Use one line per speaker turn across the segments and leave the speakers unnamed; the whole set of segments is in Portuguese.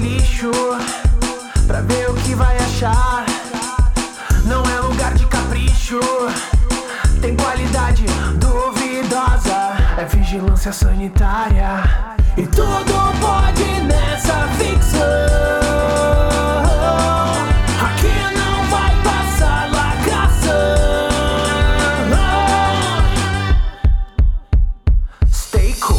lixo pra ver o que vai achar. Não é lugar de capricho, tem qualidade duvidosa, é vigilância sanitária. E tudo pode nessa ficção. Aqui não vai passar lacração. Stay cool.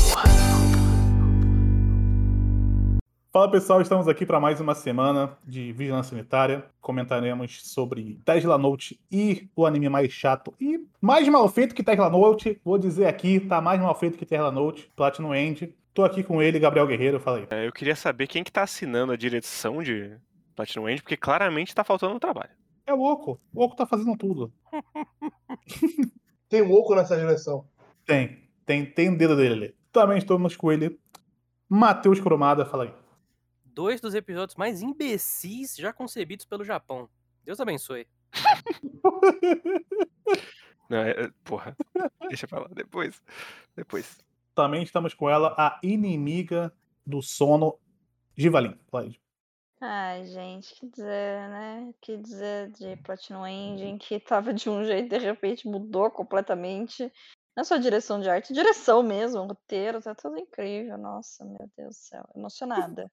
Fala pessoal, estamos aqui para mais uma semana de Vigilância Sanitária. Comentaremos sobre Tesla Note e o anime mais chato e mais mal feito que Tesla Note. Vou dizer aqui, tá mais mal feito que Tesla Note, Platinum End. Tô aqui com ele, Gabriel Guerreiro, fala aí.
É, Eu queria saber quem que tá assinando a direção de Platinum End, porque claramente tá faltando um trabalho.
É louco, o Oco tá fazendo tudo.
Tem um oco nessa direção.
Tem, tem, tem o dedo dele ali. Também estamos com ele, Matheus Cromada, fala aí.
dois dos episódios mais imbecis já concebidos pelo Japão. Deus abençoe.
Não, é- é- porra, deixa pra lá, depois. Depois.
Também estamos com ela, a inimiga do sono, Givalin. Fala aí.
Ai, gente, que dizer, né? Que dizer de Platinum Engine, que tava de um jeito e de repente mudou completamente. Não é só direção de arte, direção mesmo, roteiro, tá tudo incrível. Nossa, meu Deus do céu, emocionada.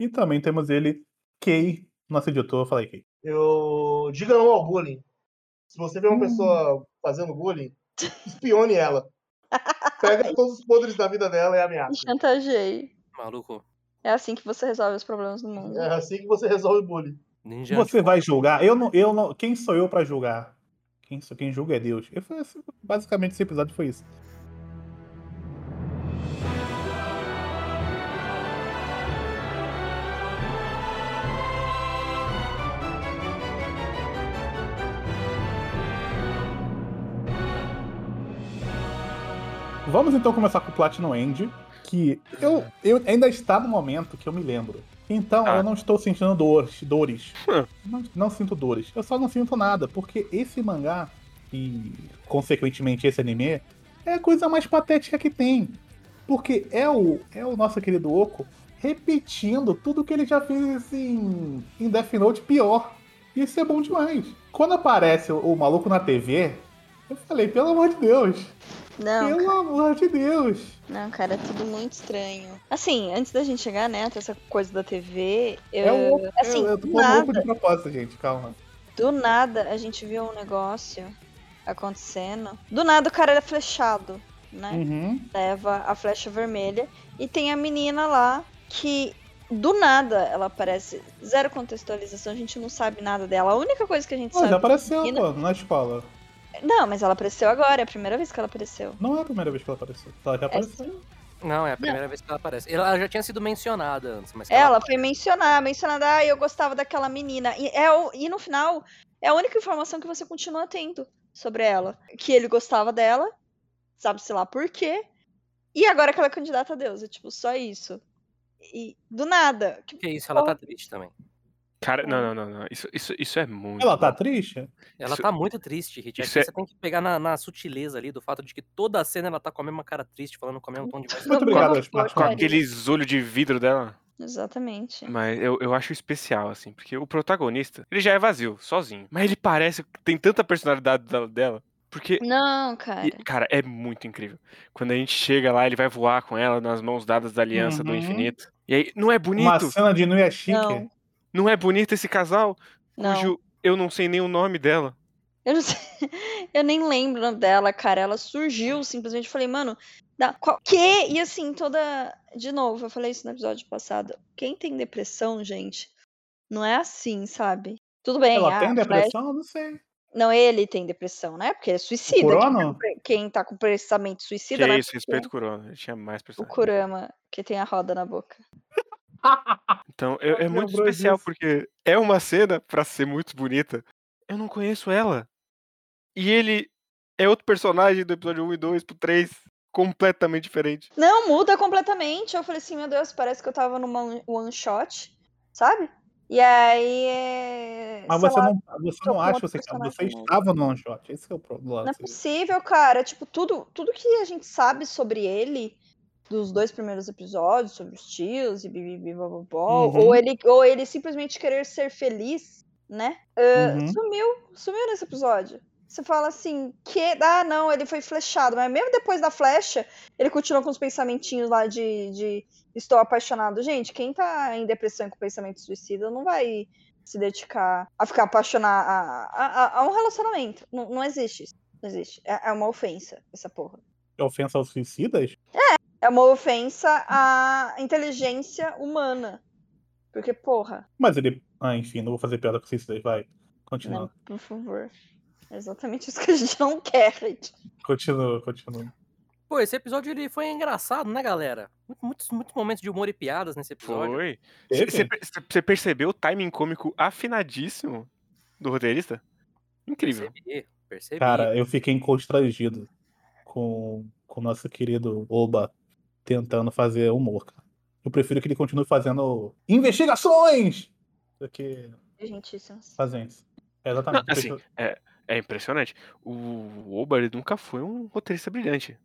E também temos ele, Kay, nosso editor, fala aí, Kay.
Eu diga não ao bullying. Se você vê uma pessoa fazendo bullying, espione ela. Pega todos os podres da vida dela e
Me
ameaça.
chantageei.
Maluco,
É assim que você resolve os problemas do mundo.
É assim que você resolve bullying.
ninja.
Você vai julgar? Eu não, eu não. Quem sou eu pra julgar? Quem, sou- quem julga é Deus. Eu falei assim, basicamente esse episódio foi isso. Vamos então começar com o Platinum End, que eu, eu ainda está no momento que eu me lembro. Então
Ah.
eu não estou sentindo dores, dores.
Hum.
Não, não sinto dores. Eu só não sinto nada, porque esse mangá e consequentemente esse anime é a coisa mais patética que tem. Porque é o, é o nosso querido Oco repetindo tudo que ele já fez em, em Death Note pior. Isso é bom demais. Quando aparece o, o maluco na TV, eu falei, pelo amor de Deus,
Não,
pelo amor de Deus.
não, cara, é tudo muito estranho. Assim, antes da gente chegar, né, até essa coisa da TV,
É
eu-
o Oco,
assim,
eu, eu tô
do
falando
nada,
Oco de propósito, gente, calma.
do nada a gente viu um negócio acontecendo. Do nada o cara era flechado, né?
Uhum.
leva a flecha vermelha e tem a menina lá que do nada ela aparece zero contextualização, a gente não sabe nada dela. A única coisa que a gente
Ah, já
sabe
apareceu,
menina-
pô, na escola.
Não, mas ela apareceu agora, é a primeira vez que ela apareceu.
Não é a primeira vez que ela apareceu. Ela já
É,
apareceu.
Não, é a primeira vez que ela aparece. Ela ela já tinha sido mencionada antes, mas. que
Ela foi mencionar, mencionada, ah, eu gostava daquela menina. E, é o- e no final, é a única informação que você continua tendo sobre ela. Que ele gostava dela, sabe-se lá por quê. E agora que ela é candidata a deusa, tipo, só isso. E do nada. que-
Que isso, ela tá triste também.
Cara, não, não, não, não. Isso, isso, isso é muito.
Ela tá triste?
Ela
Isso-
tá muito triste, Hit. Acho
isso
que
é-
Você tem que pegar na, na sutileza ali do fato de que toda a cena ela tá com a mesma cara triste, falando com a mesma tom de voz.
Muito obrigado,
Não,
Smart
Com
cara.
aqueles olhos de vidro dela.
Exatamente.
Mas eu, eu acho especial, assim, porque o protagonista, ele já é vazio, sozinho. Mas ele parece que tem tanta personalidade da- dela. Porque
Não, cara.
E, cara, é muito incrível. Quando a gente chega lá, ele vai voar com ela nas mãos dadas da aliança do
Uhum.
infinito. E aí, não é bonito?
Uma cena de é Inuyashiki.
Não,
Não é bonito esse casal?
não.
Cujo eu não sei nem o nome dela.
Eu, não sei- eu nem lembro o nome dela, cara. Ela surgiu simplesmente. Eu falei, mano, da... qual... que? E assim, toda. De novo, eu falei isso no episódio passado. Quem tem depressão, gente, não é assim, sabe? Tudo bem.
Ela
ah,
tem
Flash-
depressão? Não sei.
Não, ele tem depressão, né? Porque ele é suicida. Quem tá
Corona?
com- Quem tá com pensamento
Que
suicida,
é
vai
isso, respeito Kurona. Ele tinha mais
o
personagem.
Kurama, que tem a roda na boca.
Então, é- é,
Ela
muito
lembrou
especial,
disso.
porque é uma cena, pra ser muito bonita, eu não conheço ela. E ele é outro personagem do episódio 1 e 2 pro 3, completamente diferente.
Não, muda completamente. Eu falei assim, meu Deus, parece que eu tava numa one- one shot, sabe? E aí. é,
Mas
sei
você
lá,
não, você não
trocou
acha
outro
você que
personagem
você
novo.
estava no one shot. Esse que é o problema.
Não é possível, cara. Tipo, tudo, tudo que a gente sabe sobre ele dos dois primeiros episódios sobre os tios e bibibi bababó,
Uhum.
ou ele ou ele simplesmente querer ser feliz, né? Ah,
Uhum.
Sumiu, sumiu nesse episódio. Você fala assim, que ah não, ele foi flechado, mas mesmo depois da flecha, ele continua com os pensamentinhos lá de, de estou apaixonado. Gente, quem tá em depressão e com pensamento suicida não vai se dedicar a ficar apaixonado a, a- a- a um relacionamento. Não, não existe isso. Não existe. É- é uma ofensa, essa porra.
É ofensa aos suicidas?
É uma ofensa à inteligência humana. Porque, porra,
Mas ele. Ah, enfim, não vou fazer piada com suicidas, vai. Continua,
né? Por favor. É exatamente isso que a gente não quer, gente.
continua, continua.
Pô, esse episódio ele foi engraçado, né, galera? Mu- Muitos, muitos momentos de humor e piadas nesse episódio.
Foi.
Teve?
Você percebeu o timing cômico afinadíssimo do roteirista? Incrível.
Percebi, percebi.
Cara, eu fiquei constrangido com com o nosso querido Oba tentando fazer humor. cara. Eu prefiro que ele continue fazendo investigações do que
Gentíssimo.
fazendo isso. É
Não,
exatamente.
assim,
prefiro-
é, é impressionante. O Oba ele nunca foi um roteirista brilhante.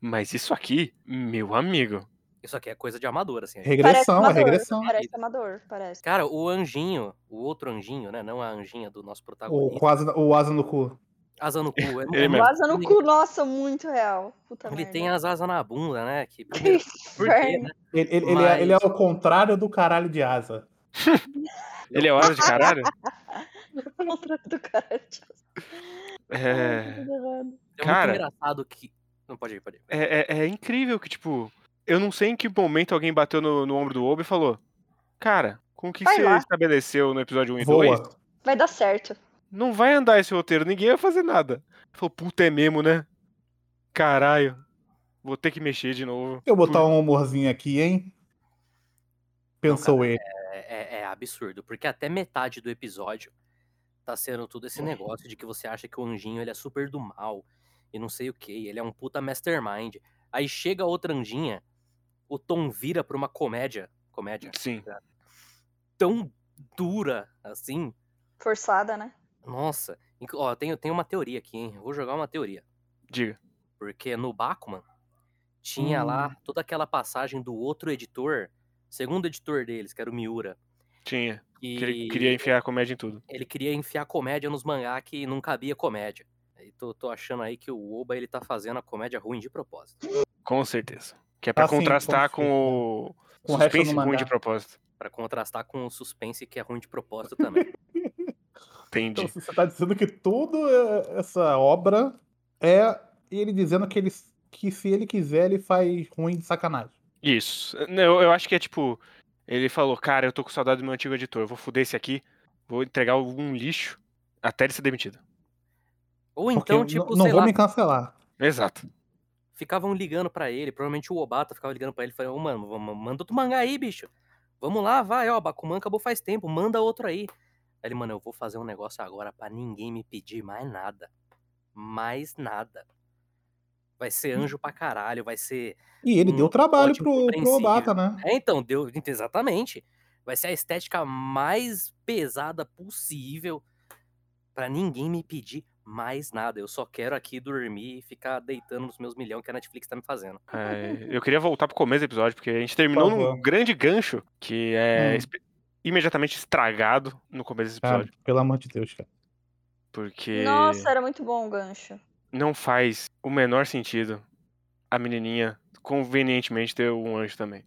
Mas isso aqui, meu amigo.
Isso aqui é coisa de amador, assim.
Regressão, é
parece né? amador,
regressão.
Parece amador, parece.
Cara, o anjinho, o outro anjinho, né? Não a anjinha do nosso
Ou
protagonista.
quase ou asa no cu.
Asa no cu. É,
Ele
é
mesmo.
muito-
Vaza no cu, nossa, muito real. Puta
Ele
merda.
tem as asas na bunda, né? Que
Que
primeiro, por quê,
inferno.
né?
Ele, ele, ele é, ele é
Mas-
o contrário do caralho de asa.
Ele é hora de caralho?
Contra do cara. Ai,
É.
tudo errado.
É
Cara.
muito engraçado que. Não, pode ir, pode ir.
É, é- é incrível que, tipo, eu não sei em que momento alguém bateu no, no ombro do Oba e falou: Cara, com o que
Vai
você
lá."
estabeleceu no episódio 1 e 2,
Voa.
Vai dar certo.
não vai andar esse roteiro, ninguém vai fazer nada. Falou, puta, é mesmo, né? Caralho, vou ter que mexer de novo.
Eu botar
Hum.
um humorzinho aqui, hein? Pensou ele.
É, é- é absurdo, porque até metade do episódio tá sendo tudo
Hum.
esse negócio de que você acha que o anjinho ele é super do mal e não sei o que, ele é um puta mastermind. Aí chega outra anjinha, o tom vira pra uma comédia, comédia
Sim.
tão dura assim.
Forçada, né?
Nossa, Inclu- ó, eu tenho, eu tenho uma teoria aqui, hein? Vou jogar uma teoria.
Diga.
Porque no Bakuman tinha lá toda aquela passagem do outro editor, segundo editor deles, que era o Miura.
Tinha.
Que
Que ele queria enfiar a comédia em tudo.
ele queria enfiar comédia nos mangá que não cabia comédia. E tô, tô achando aí que o Oba ele tá fazendo a comédia ruim de propósito.
Com certeza. Que é pra
Ah, sim, com
contrastar com,
certeza.
o.
Com o resto
suspense
do
ruim
mangá.
de propósito.
Pra contrastar com o suspense que é ruim de propósito também.
Entendi.
Então você tá dizendo que toda essa obra é ele dizendo que ele que se ele quiser ele faz ruim de sacanagem.
Isso. Não, Eu, eu acho que é tipo. Ele falou, cara, eu tô com saudade do meu antigo editor, eu vou fuder esse aqui, vou entregar um lixo até ele ser demitido.
Ou
Porque
então,
eu
tipo,
não, não
sei
vou
lá,
me cancelar.
Exato.
ficavam ligando pra ele, provavelmente o Obata ficava ligando pra ele, falando, ô mano, vamo- manda outro mangá aí, bicho. Vamos lá, vai, ó, Bakuman acabou faz tempo, manda outro aí. Aí ele, mano, eu vou fazer um negócio agora pra ninguém me pedir mais nada. Mais nada. Vai
Hum.
ser anjo pra caralho, vai ser
E ele
Hum,
deu trabalho
ótimo,
pro, pro
compreensível.
Obata, né?
É, então, deu. Exatamente. Vai ser a estética mais pesada possível pra ninguém me pedir mais nada. Eu só quero aqui dormir e ficar deitando nos meus milhões que a Netflix tá me fazendo.
É, eu queria voltar pro começo do episódio, porque a gente terminou num
favor.
grande gancho que é
Hum.
espe- imediatamente estragado no começo desse
Cara,
episódio.
pelo amor de Deus, cara.
Porque
Nossa, era muito bom o gancho.
não faz o menor sentido a menininha convenientemente ter um anjo também.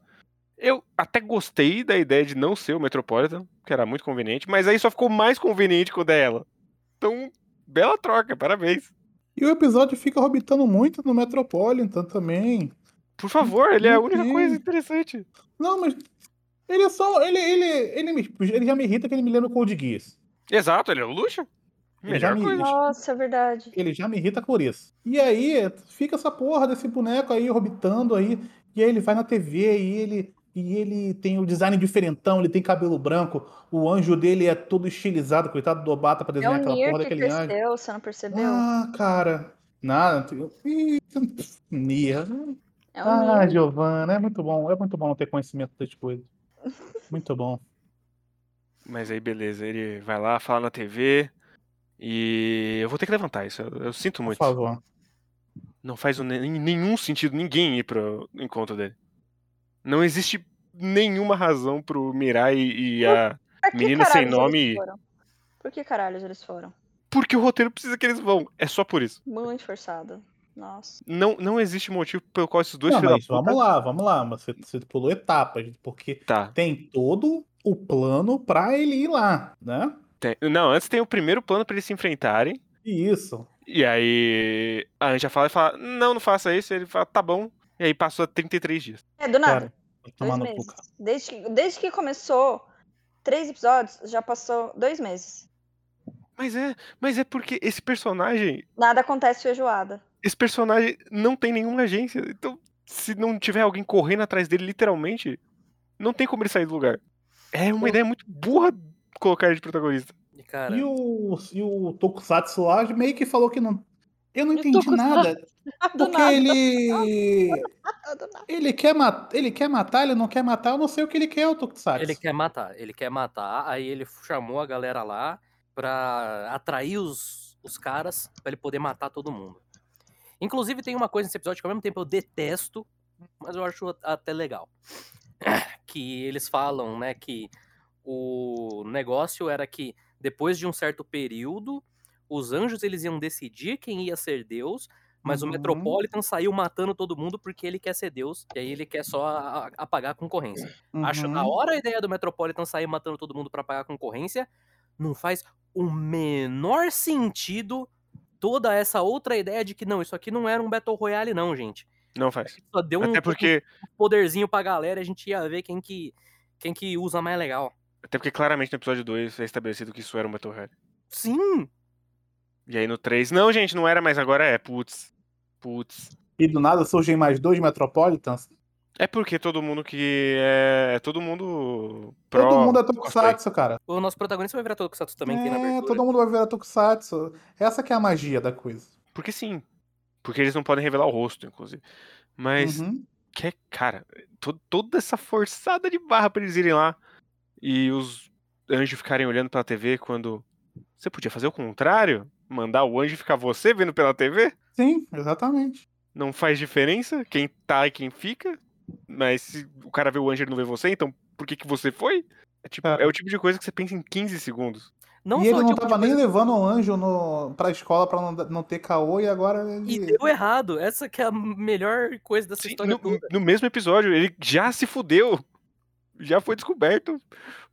Eu até gostei da ideia de não ser o Metropolitan, que era muito conveniente, mas aí só ficou mais conveniente quando é ela. Então, bela troca, parabéns.
E o episódio fica orbitando muito no Metropolitan também.
Por favor, ele é a
Meu
única
Deus.
coisa interessante.
Não, mas ele é só ele ele ele, me- ele já me irrita que ele me lembra o Code Geass.
Exato, ele é o luxo.
Ele
Melhor
já me-
coisa.
Nossa, é verdade.
Ele já me irrita por isso. E aí, fica essa porra desse boneco aí orbitando aí. E aí ele vai na TV e ele, e ele tem o design diferentão, ele tem cabelo branco. O anjo dele é todo estilizado, coitado do Obata pra
É
desenhar
o
aquela
Nier
porra
que
daquele anjo.
cresceu, você não percebeu?
Ah, cara. Nada. tu- Ih, Nia.
é o Nier.
Ah, Giovana, é muito bom. É muito bom ter conhecimento das coisas. Muito bom.
Mas aí, beleza, ele vai lá, fala na TV. E eu vou ter que levantar isso, eu, eu sinto
Por
muito.
favor.
Não faz o ne- nenhum sentido ninguém ir pro encontro dele. Não existe nenhuma razão pro Mirai e, e a.
Pra que
Menino sem
caralhos
nome-
eles foram? Por que caralhos eles foram?
Porque o roteiro precisa que eles vão. É só por isso.
Muito forçado. Nossa.
Não, não existe motivo pelo qual esses dois
Não,
filhos
mas vamos lá, vamos lá. Mas você, você pulou etapas, porque
Tá.
tem todo o plano pra ele ir lá, né?
tem- Não, antes tem o primeiro plano pra eles se enfrentarem.
E isso.
E aí a Anja fala e fala: Não, não faça isso. Ele fala: Tá bom. E aí passou 33 dias.
É, do nada.
Cara, vai
Dois
tomar no cu,
meses.
cara.
Desde que, desde que começou três episódios, já passou dois meses.
Mas é, mas é porque esse personagem.
Nada acontece feijoada.
Esse personagem não tem nenhuma agência. Então, se não tiver alguém correndo atrás dele, literalmente, não tem como ele sair do lugar. É uma ideia muito burra colocar ele de protagonista.
E, cara,
E o, e o Tokusatsu lá meio que falou que não. Eu não
E o
entendi
Tokusatsu,
nada.
Ah, Do
Porque
nada,
ele.
do nada.
Ele quer, ma- ele quer matar, ele não quer matar, eu não sei o que ele quer, o Tokusatsu.
ele quer matar, ele quer matar, aí ele chamou a galera lá pra atrair os, os caras pra ele poder matar todo mundo. Inclusive tem uma coisa nesse episódio que ao mesmo tempo eu detesto, mas eu acho até legal. Que eles falam, né, que o negócio era que depois de um certo período, os anjos eles iam decidir quem ia ser Deus, mas o
Uhum.
Metropolitan saiu matando todo mundo porque ele quer ser Deus, e aí ele quer só a- a- apagar a concorrência. Acho
Uhum.
da hora a ideia do Metropolitan sair matando todo mundo pra pagar a concorrência. Não faz o menor sentido toda essa outra ideia de que não, isso aqui não era um Battle Royale, não, gente.
Não faz.
Só deu um
Até porque,
poderzinho pra galera e a gente ia ver quem que, quem que usa mais legal.
até porque claramente no episódio 2 é estabelecido que isso era um Battle Royale.
Sim!
E aí no 3, não, gente, não era, mas agora é. Putz. Putz.
E do nada surgem mais dois Metropolitans.
É porque todo mundo que é. é todo mundo.
todo
pró-
mundo é
cosplay.
Tokusatsu, cara.
O nosso protagonista vai virar Tokusatsu também, que tem na
É,
abertura.
todo mundo vai virar Tokusatsu. Essa que é a magia da coisa.
Porque sim. Porque eles não podem revelar o rosto, inclusive. Mas,
Uhum.
que é, cara, to- toda essa forçada de barra pra eles irem lá e os anjos ficarem olhando pela TV quando. Você podia fazer o contrário? Mandar o anjo ficar você vendo pela TV?
Sim, exatamente.
Não faz diferença quem tá e quem fica. Mas se o cara vê o anjo e ele não vê você, então por que, que você foi? É, tipo,
Cara.
é o tipo de coisa que você pensa em 15 segundos.
Não
e
só
ele
o
não
tipo de
tava nem
coisa-
levando o anjo no, pra escola pra não, não ter caô e agora ele.
E deu errado. Essa que é a melhor coisa dessa
Sim,
história
no,
toda.
no mesmo episódio, ele já se fudeu. Já foi descoberto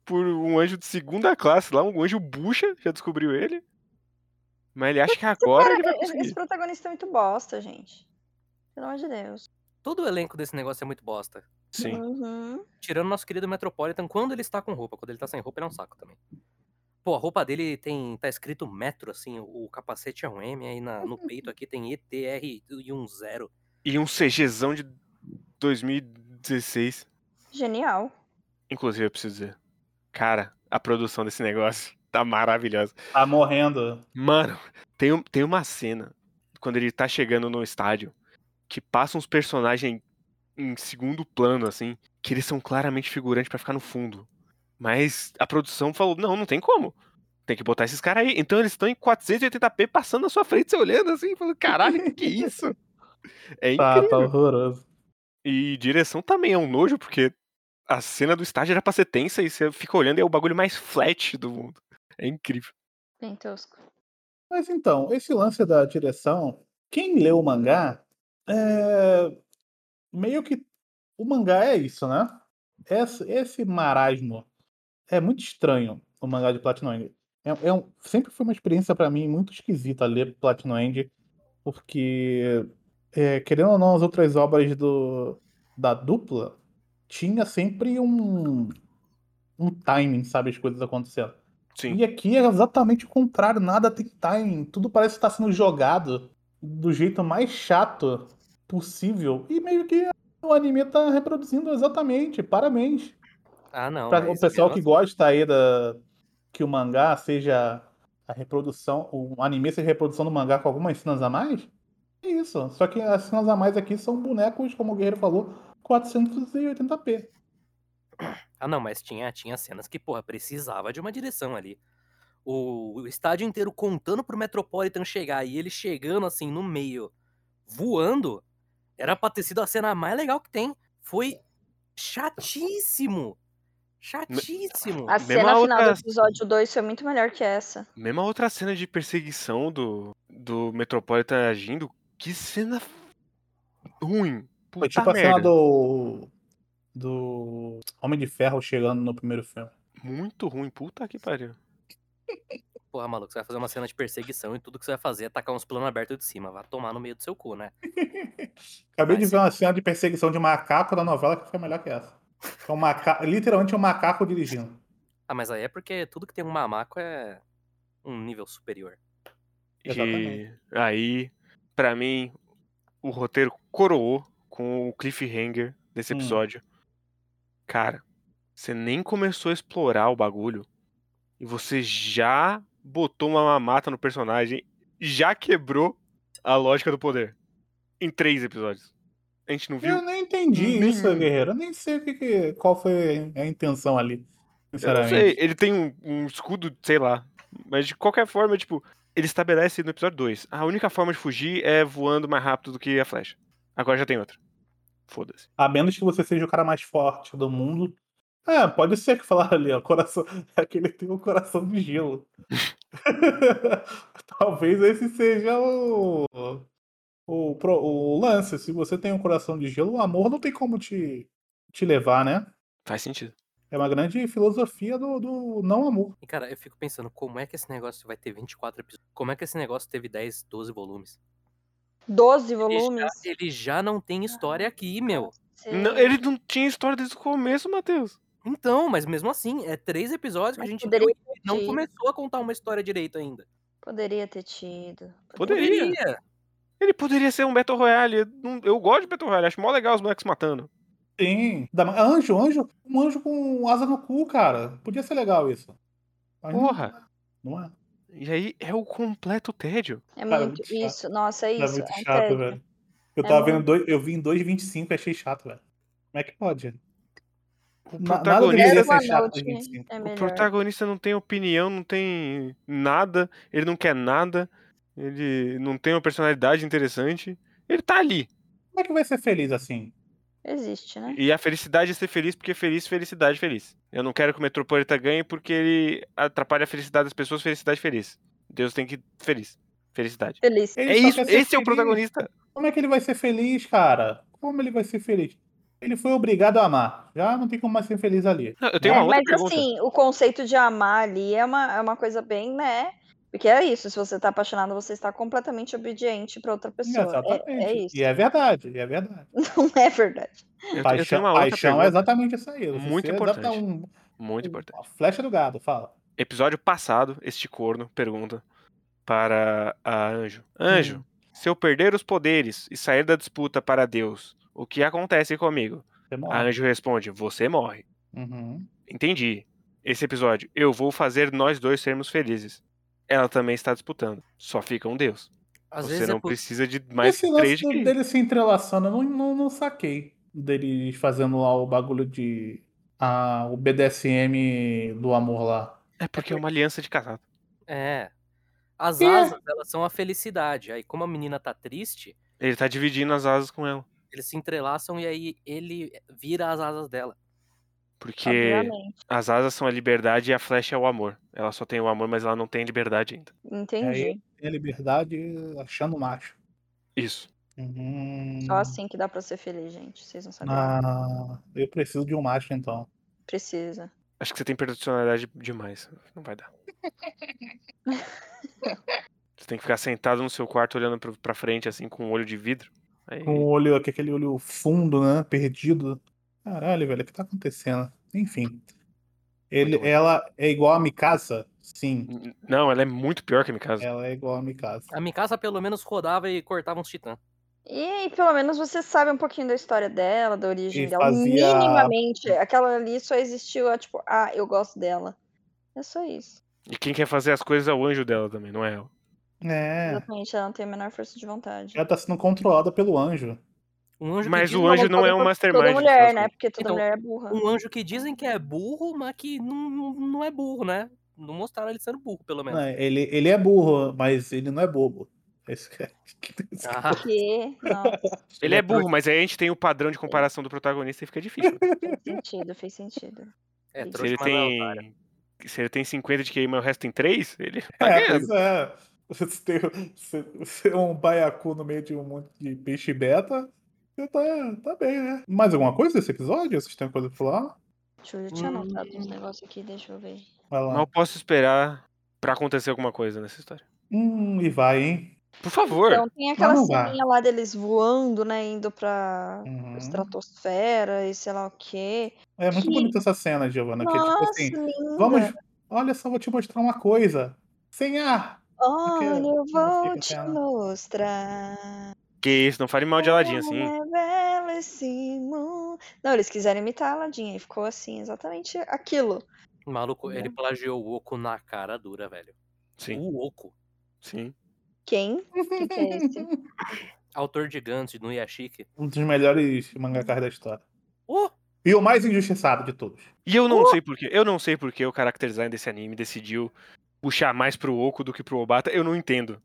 por um anjo de segunda classe lá, um anjo bucha, já descobriu ele. Mas ele acha que agora ele vai
Esse- Esse
conseguir.
protagonista é muito bosta, gente. Pelo amor de Deus.
Todo o elenco desse negócio é muito bosta.
Sim.
Uhum.
tirando nosso querido Metropolitan, quando ele está com roupa, quando ele tá sem roupa, ele é um saco também. Pô, a roupa dele tem. tá escrito metro, assim, o, o capacete é um M, aí na- no peito aqui tem ETR e um zero.
E um CGzão de 2016.
Genial.
Inclusive, eu preciso dizer. Cara, a produção desse negócio tá maravilhosa.
Tá morrendo.
Mano, tem, um- tem uma cena quando ele tá chegando no estádio que passa uns personagens em segundo plano, assim, que eles são claramente figurantes pra ficar no fundo. Mas a produção falou: não, não tem como. Tem que botar esses caras aí. Então eles estão em 480p passando na sua frente, você olhando assim, falando: caralho, que isso? É
Tá, tá
incrível.
horroroso.
E direção também é um nojo, porque a cena do estádio era pra ser tensa e você fica olhando e é o bagulho mais flat do mundo. É incrível.
Bem tosco.
Mas então, esse lance da direção, quem lê o mangá, é... meio que o mangá é isso, né? Esse, esse marasmo é muito estranho, o mangá de Platinum End. É, é um- sempre foi uma experiência pra mim muito esquisita ler Platinum End, porque, é, querendo ou não, as outras obras do, da dupla tinha sempre um, um timing, sabe, as coisas acontecendo.
Sim.
E aqui é exatamente o contrário, nada tem timing, tudo parece estar sendo jogado do jeito mais chato possível. E meio que o anime tá reproduzindo exatamente, parabéns.
Ah, não.
Pra
mas
o
isso aí
pessoal
é
que
nossa-
gosta aí da que o mangá seja a reprodução, o anime seja a reprodução do mangá com algumas cenas a mais, é isso. Só que as cenas a mais aqui são bonecos, como o Guerreiro falou, 480p.
Ah, não, mas tinha, tinha cenas que, porra, precisava de uma direção ali. O, o estádio inteiro contando pro Metropolitan chegar e ele chegando assim no meio, voando, era pra ter sido a cena mais legal que tem. Foi Chatíssimo! Chatíssimo!
A
Mesma
cena final
outra-
do episódio 2 foi muito melhor que essa.
Mesmo a outra cena de perseguição do, do Metropolitan agindo, que cena f- ruim. Puta
Foi tipo a cena
merda.
do. Do Homem de Ferro chegando no primeiro filme.
Muito ruim, puta que pariu.
Porra, maluco, você vai fazer uma cena de perseguição e tudo que você vai fazer é tacar uns planos abertos de cima. Vai tomar no meio do seu cu, né?
Acabei
Ah,
de
sim.
ver uma cena de perseguição de macaco da novela que foi melhor que essa. É um maca... Literalmente um macaco dirigindo.
Ah, mas aí é porque tudo que tem um mamaco é um nível superior.
E
Exatamente.
aí, pra mim, o roteiro coroou com o cliffhanger desse
Hum.
episódio. Cara, você nem começou a explorar o bagulho e você já botou uma mamata no personagem, já quebrou a lógica do poder em três episódios. A gente não viu
Eu nem entendi
Nenhum.
isso, guerreiro. Eu nem sei o que que- qual foi a intenção ali.
Eu não
Sinceramente.
sei, ele tem um, um escudo, sei lá. Mas de qualquer forma, tipo, ele estabelece no episódio 2. A única forma de fugir é voando mais rápido do que a flecha. Agora já tem outra. Foda-se.
A menos que você seja o cara mais forte do mundo. É, pode ser que falaram ali, ó. Coração... Aquele tem um coração de gelo. Talvez esse seja o... O, pro- o lance. Se você tem um coração de gelo, o amor não tem como te, te levar, né?
Faz sentido.
É uma grande filosofia do, do não amor.
E, cara, eu fico pensando, como é que esse negócio vai ter 24 episódios? Como é que esse negócio teve 10, 12 volumes?
12
Ele já-
volumes. Ah,
ele já não tem história aqui, meu.
É.
Não, ele não tinha história desde o começo, Matheus.
Então, mas mesmo assim, é três episódios que a
Mas
gente
poderia
viu e não
tido.
começou a contar uma história direito ainda.
Poderia ter tido.
Poderia. Ele poderia ser um Battle Royale. Eu, não- eu gosto de Battle Royale, acho mó legal os moleques se matando.
Sim. Ainda mais- Anjo, anjo. Um anjo com asa no cu, cara. Podia ser legal isso. Mas não-
Porra.
Não é?
E aí é o completo tédio.
É
Cara, é
muito.
muito chato.
Isso, nossa, é
Era
isso.
muito
é
chato,
tédio.
velho. Eu
É
tava vendo
muito.
dois, eu vi em 2,25 e achei chato, velho. Como é que pode?
O
Na- nada
protagonista, é
deveria
Era uma
ser chato
noite,
em 25.
É
o
melhor.
protagonista não tem opinião, não tem nada, ele não quer nada, ele não tem uma personalidade interessante. Ele tá ali.
Como é que vai ser feliz assim?
Existe, né?
E a felicidade é ser feliz porque feliz, felicidade, feliz. Eu não quero que o Metropolita ganhe porque ele atrapalha a felicidade das pessoas, felicidade, feliz. Deus tem que feliz. Felicidade.
Feliz.
Ele
É
só
isso,
quer
esse
ser
é o
feliz.
protagonista.
Como é que ele vai ser feliz, cara? Como ele vai ser feliz? Ele foi obrigado a amar. Já não tem como mais ser feliz ali.
Não, Eu tenho uma
É,
outra
mas
pergunta.
assim, o conceito de amar ali é uma, é uma coisa bem, né? Porque é isso, se você tá apaixonado, você está completamente obediente pra outra pessoa. É- É, isso.
E é verdade, é verdade.
Não é verdade.
Eu, te- eu tenho
Paixão,
uma outra
paixão é
pergunta
exatamente isso aí. Você
Muito
se
importante.
adapta a um-
muito importante.
Uma flecha do gado, fala.
Episódio passado, este corno pergunta para a Anjo.
Hum.
Anjo, se eu perder os poderes e sair da disputa para Deus, o que acontece comigo?
Você
A
morre.
Anjo responde, você morre.
Uhum.
Entendi. Esse episódio, eu vou fazer nós dois sermos felizes. Ela também está disputando. Só fica um Deus.
Às
Você
vezes
não
é por...
precisa de mais
Esse
três
lance
de
do-
que...
dele se entrelaçando, eu não, não, não saquei. Deles fazendo lá o bagulho de. ah, o BDSM do amor lá.
É porque é uma aliança de casado.
É. As
É.
asas, elas são a felicidade. Aí, como a menina tá triste,
Ele tá dividindo as asas com ela.
eles se entrelaçam e aí ele eh, vira as asas dela.
Porque
Obviamente.
as asas são a liberdade e a flecha é o amor. Ela só tem o amor, mas ela não tem liberdade ainda.
Entendi.
Aí- Tem a liberdade achando macho.
Isso.
Uhum.
Só assim que dá pra ser feliz, gente. Vocês não sabem.
Ah, eu preciso de um macho então.
Precisa.
Acho que você tem personalidade demais. Não vai dar. Você tem que ficar sentado no seu quarto olhando pro- pra frente, assim, com um olho de vidro. Aí...
Com o olho, aquele olho fundo, né? Perdido. Caralho, velho, o que tá acontecendo? Enfim. Ele,
Muito bom.
ela é igual a Mikasa? Sim,
N- Não, ela é muito pior que a Mikasa.
ela é igual a Mikasa.
A Mikasa, pelo menos, rodava e cortava uns titãs.
E aí, pelo menos você sabe um pouquinho da história dela, da origem
E
dela.
fazia-
Minimamente. Aquela ali só existiu, é tipo, ah, eu gosto dela. É só isso.
E quem quer fazer as coisas é o anjo dela também, não é ela.
É.
Exatamente, ela tá não tem a menor força de vontade.
Ela tá sendo controlada pelo anjo.
Um anjo
Mas
que
o
dizem-
anjo não é um mastermind.
Toda
no
mulher,
final das
né?
contas.
Porque toda
Então,
mulher é burra.
Um anjo que dizem que é burro, mas que não, não, não é burro, né? Não mostraram ele sendo burro, pelo menos.
Né, Ele, ele é burro, mas ele não é bobo. Esse cara-
Ah,
Porque, não,
Ele é burro, mas aí a gente tem o padrão de comparação do protagonista e fica difícil. né?
fez sentido, fez sentido.
é,
Se
Se
trouxa
ele
mas não é otário.
tem. Se ele tem 50 de QI, mas o resto tem 3, ele tá
É,
ganhando.
pois é. Você tem- Você você é um baiacu no meio de um monte de peixe beta, você tá, tá bem, né? Mais alguma coisa desse episódio? Vocês têm coisa pra falar?
Deixa eu, eu
Hum.
tinha anotado uns negócios aqui, deixa eu ver.
Vai lá.
Mal posso esperar pra acontecer alguma coisa nessa história.
Hum, e vai, hein?
Por favor.
Então tem aquela
Vamos lá.
ceninha lá deles voando, né? Indo pra
Uhum.
estratosfera e sei lá o quê.
É muito
Que-
bonita essa cena, Giovana. Que é tipo
Nossa,
assim,
linda!
vamos. Olha só, vou te mostrar uma coisa. Sem ar!
Olha, eu vou
fica
te
aquela-
mostrar.
Que isso, não fale mal de Aladdin assim.
Como é belo esse mundo. Não, eles quiseram imitar a Aladdin, aí ficou assim, exatamente aquilo.
Maluco,
Uhum.
ele plagiou o Oco na cara dura, velho.
Sim,
O Oco.
sim.
Quem? que que é esse?
Autor de Gantz, no Yashiki.
Um dos melhores mangakas da história.
Oh,
E o mais injustiçado de todos.
E eu não sei porquê. Eu não sei porque o character design desse anime decidiu puxar mais pro Oco do que pro Obata. Eu não entendo.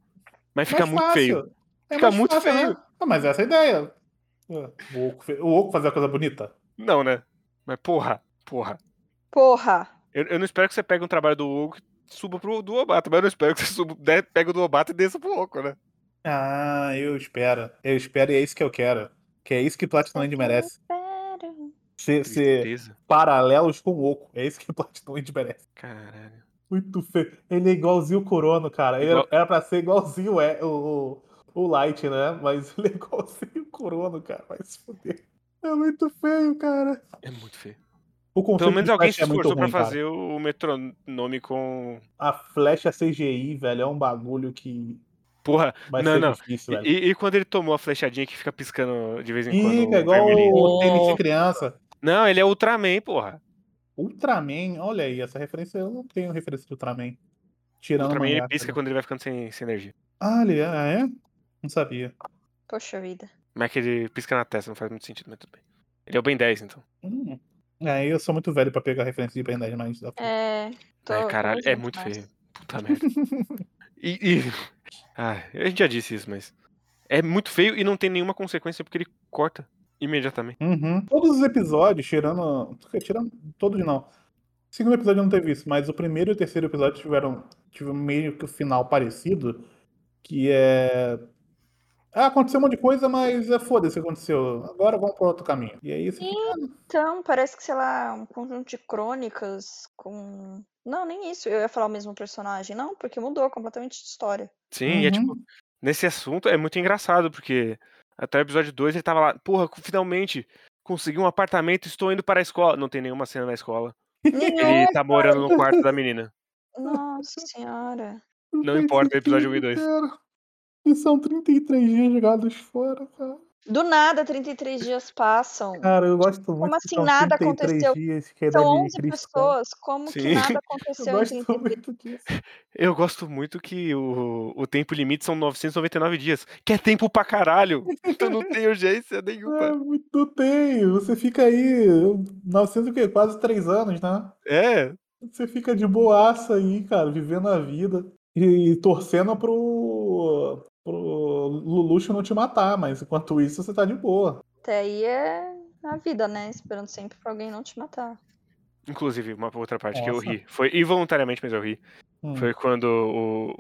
Mas fica
Mais
muito
fácil.
feio.
É
Fica
mais
muito
fácil,
feio.
né? Ah, mas essa é a ideia. É, O Oco, fe- o Oco fazer uma coisa bonita.
Não, né? Mas porra, porra.
Porra!
Eu, eu não espero que você pegue um trabalho do Oco e suba pro do Obata, mas eu não espero que você suba, né, pegue o do Obata e desça pro Oco, né?
Ah, eu espero. Eu espero e é isso que eu quero. Que é isso que Platinum merece.
Espero.
Ser, ser
Tristeza.
paralelos com o Oco. É isso que Platinum merece.
Caralho.
Muito feio. Ele é igualzinho o Corona, cara. Ele era-
Igual-
era pra ser igualzinho é, o, o, o Light, né? Mas ele é igualzinho o Corona, cara. Vai se fuder. É muito feio, cara.
É muito feio.
O conceito
Pelo menos
de
alguém
Flash
se
é muito
esforçou pra
ruim, cara.
fazer o metronome com.
A flecha CGI, velho, é um bagulho que
Porra,
vai
Não,
ser
não.
difícil, velho.
e, e quando ele tomou a flechadinha que fica piscando de vez em assim, quando?
Fica é igual
vermelhinho?
o tênis de
Nossa.
criança.
Não, ele é Ultraman, porra.
Ultraman, olha aí, essa referência, eu não tenho referência do Ultraman. Tirando
Ultraman
o mangá,
ele pisca
cara.
quando ele vai ficando sem, sem energia.
Ah, ele é? Ah, é? Não sabia.
Poxa vida.
Mas é que ele pisca na testa, não faz muito sentido, mas tudo bem. Ele é o Ben 10, então.
Hum. É, eu sou muito velho pra pegar referência de Ben 10, mas...
É. tô-
Ai,
tô
caralho, é
junto
muito
nessa.
feio. Puta merda. E. e- Ai, a gente já disse isso, mas. É muito feio e não tem nenhuma consequência porque ele corta imediatamente.
Uhum. Todos os episódios, tirando. Tirando. Todos não. O segundo episódio não teve isso, mas o primeiro e o terceiro episódio tiveram. Tiveram meio que o final parecido. Que é. Ah, aconteceu um monte de coisa, mas é foda-se o que aconteceu. Agora vamos para outro caminho. E aí você fica,
Então, parece que, sei lá, um conjunto de crônicas com. Não, nem isso. Eu ia falar o mesmo personagem. Não, porque mudou completamente de história.
Sim, e é tipo.
Uhum.
Nesse assunto é muito engraçado, porque até o episódio 2 ele tava lá, porra, finalmente consegui um apartamento, estou indo para a escola. Não tem nenhuma cena na escola. Ele tá morando no quarto da menina.
Nossa senhora.
Não importa, episódio 1 e 2.
Cara, E são 33 dias jogados fora, cara.
Do nada, 33 dias passam.
Cara, eu gosto muito.
Como
que
assim
são
nada
33
aconteceu?
Dias que Ah, é
São
da minha
11
cristã.
pessoas. Como
Sim.
que nada
Eu
aconteceu em
gosto
33
muito disso.
Eu gosto muito que o, o tempo limite são 999 dias, que é tempo pra caralho. Então não tem urgência
É,
nenhuma.
muito tem. Você fica aí 900 o quê? Quase três anos, né?
É,
Você fica de boaça aí, cara, vivendo a vida e torcendo pro, pro Luluxo não te matar, mas enquanto isso você tá de boa.
Até aí é a vida, né? Esperando sempre pra alguém não te matar.
inclusive, uma outra parte que eu
Nossa.
ri. Foi involuntariamente, mas eu ri.
Hum. é,
Foi quando o,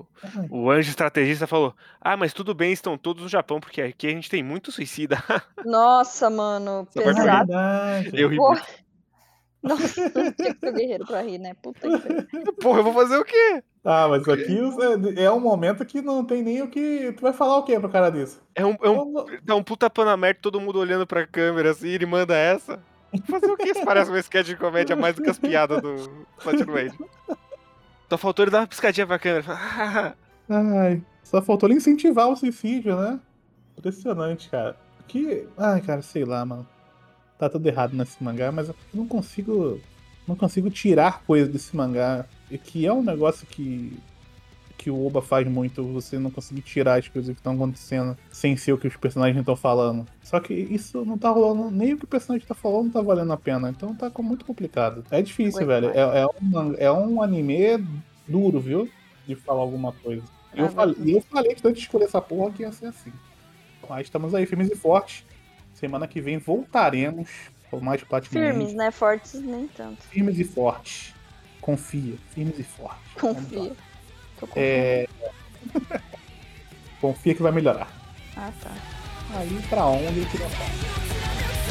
o,
Ai.
o anjo estrategista falou: Ah, mas tudo bem, estão todos no Japão, porque aqui a gente tem muito suicida.
Nossa, mano,
Essa parte eu
pesado.
verdade.
Eu ri
Porra.
muito.
Nossa, tinha que ser guerreiro pra rir, né? Puta que pariu.
Porra, eu vou fazer o quê?
Ah, mas aqui é, é um momento que não tem nem o que. Tu vai falar o quê pro cara disso?
É um, é um,
Eu-
dá um puta panamerta, todo mundo olhando pra câmera assim, ele manda essa. Fazer o que? Isso parece um sketch de comédia mais do que as piadas do Platinum Age. Só faltou ele dar uma piscadinha pra câmera. falar,
Ai, só faltou ele incentivar o suicídio, né? Impressionante, cara. Que. Ai, cara, sei lá, mano. Tá tudo errado nesse mangá, mas eu não consigo. Não consigo tirar coisa desse mangá. e Que é um negócio que. Que o Oba faz muito, você não conseguir tirar as coisas que estão acontecendo sem ser o que os personagens estão falando. Só que isso não tá rolando, nem o que o personagem tá falando não tá valendo a pena. Então tá com- muito complicado. É difícil,
Ué,
velho. É, é um, man- é um anime duro, viu? De falar alguma coisa. E eu,
Ah,
falei, e eu falei que antes de escolher essa porra que ia ser assim. Mas estamos aí, firmes e fortes. Semana que vem voltaremos com mais Platinum
Firmes,
firmes.
né? Fortes nem tanto.
firmes e fortes. Confia, firmes e fortes. Vamos
Confia.
lá.
Tô com...
É... Confia que vai melhorar.
Ah, tá.
Aí pra onde eu queria falar.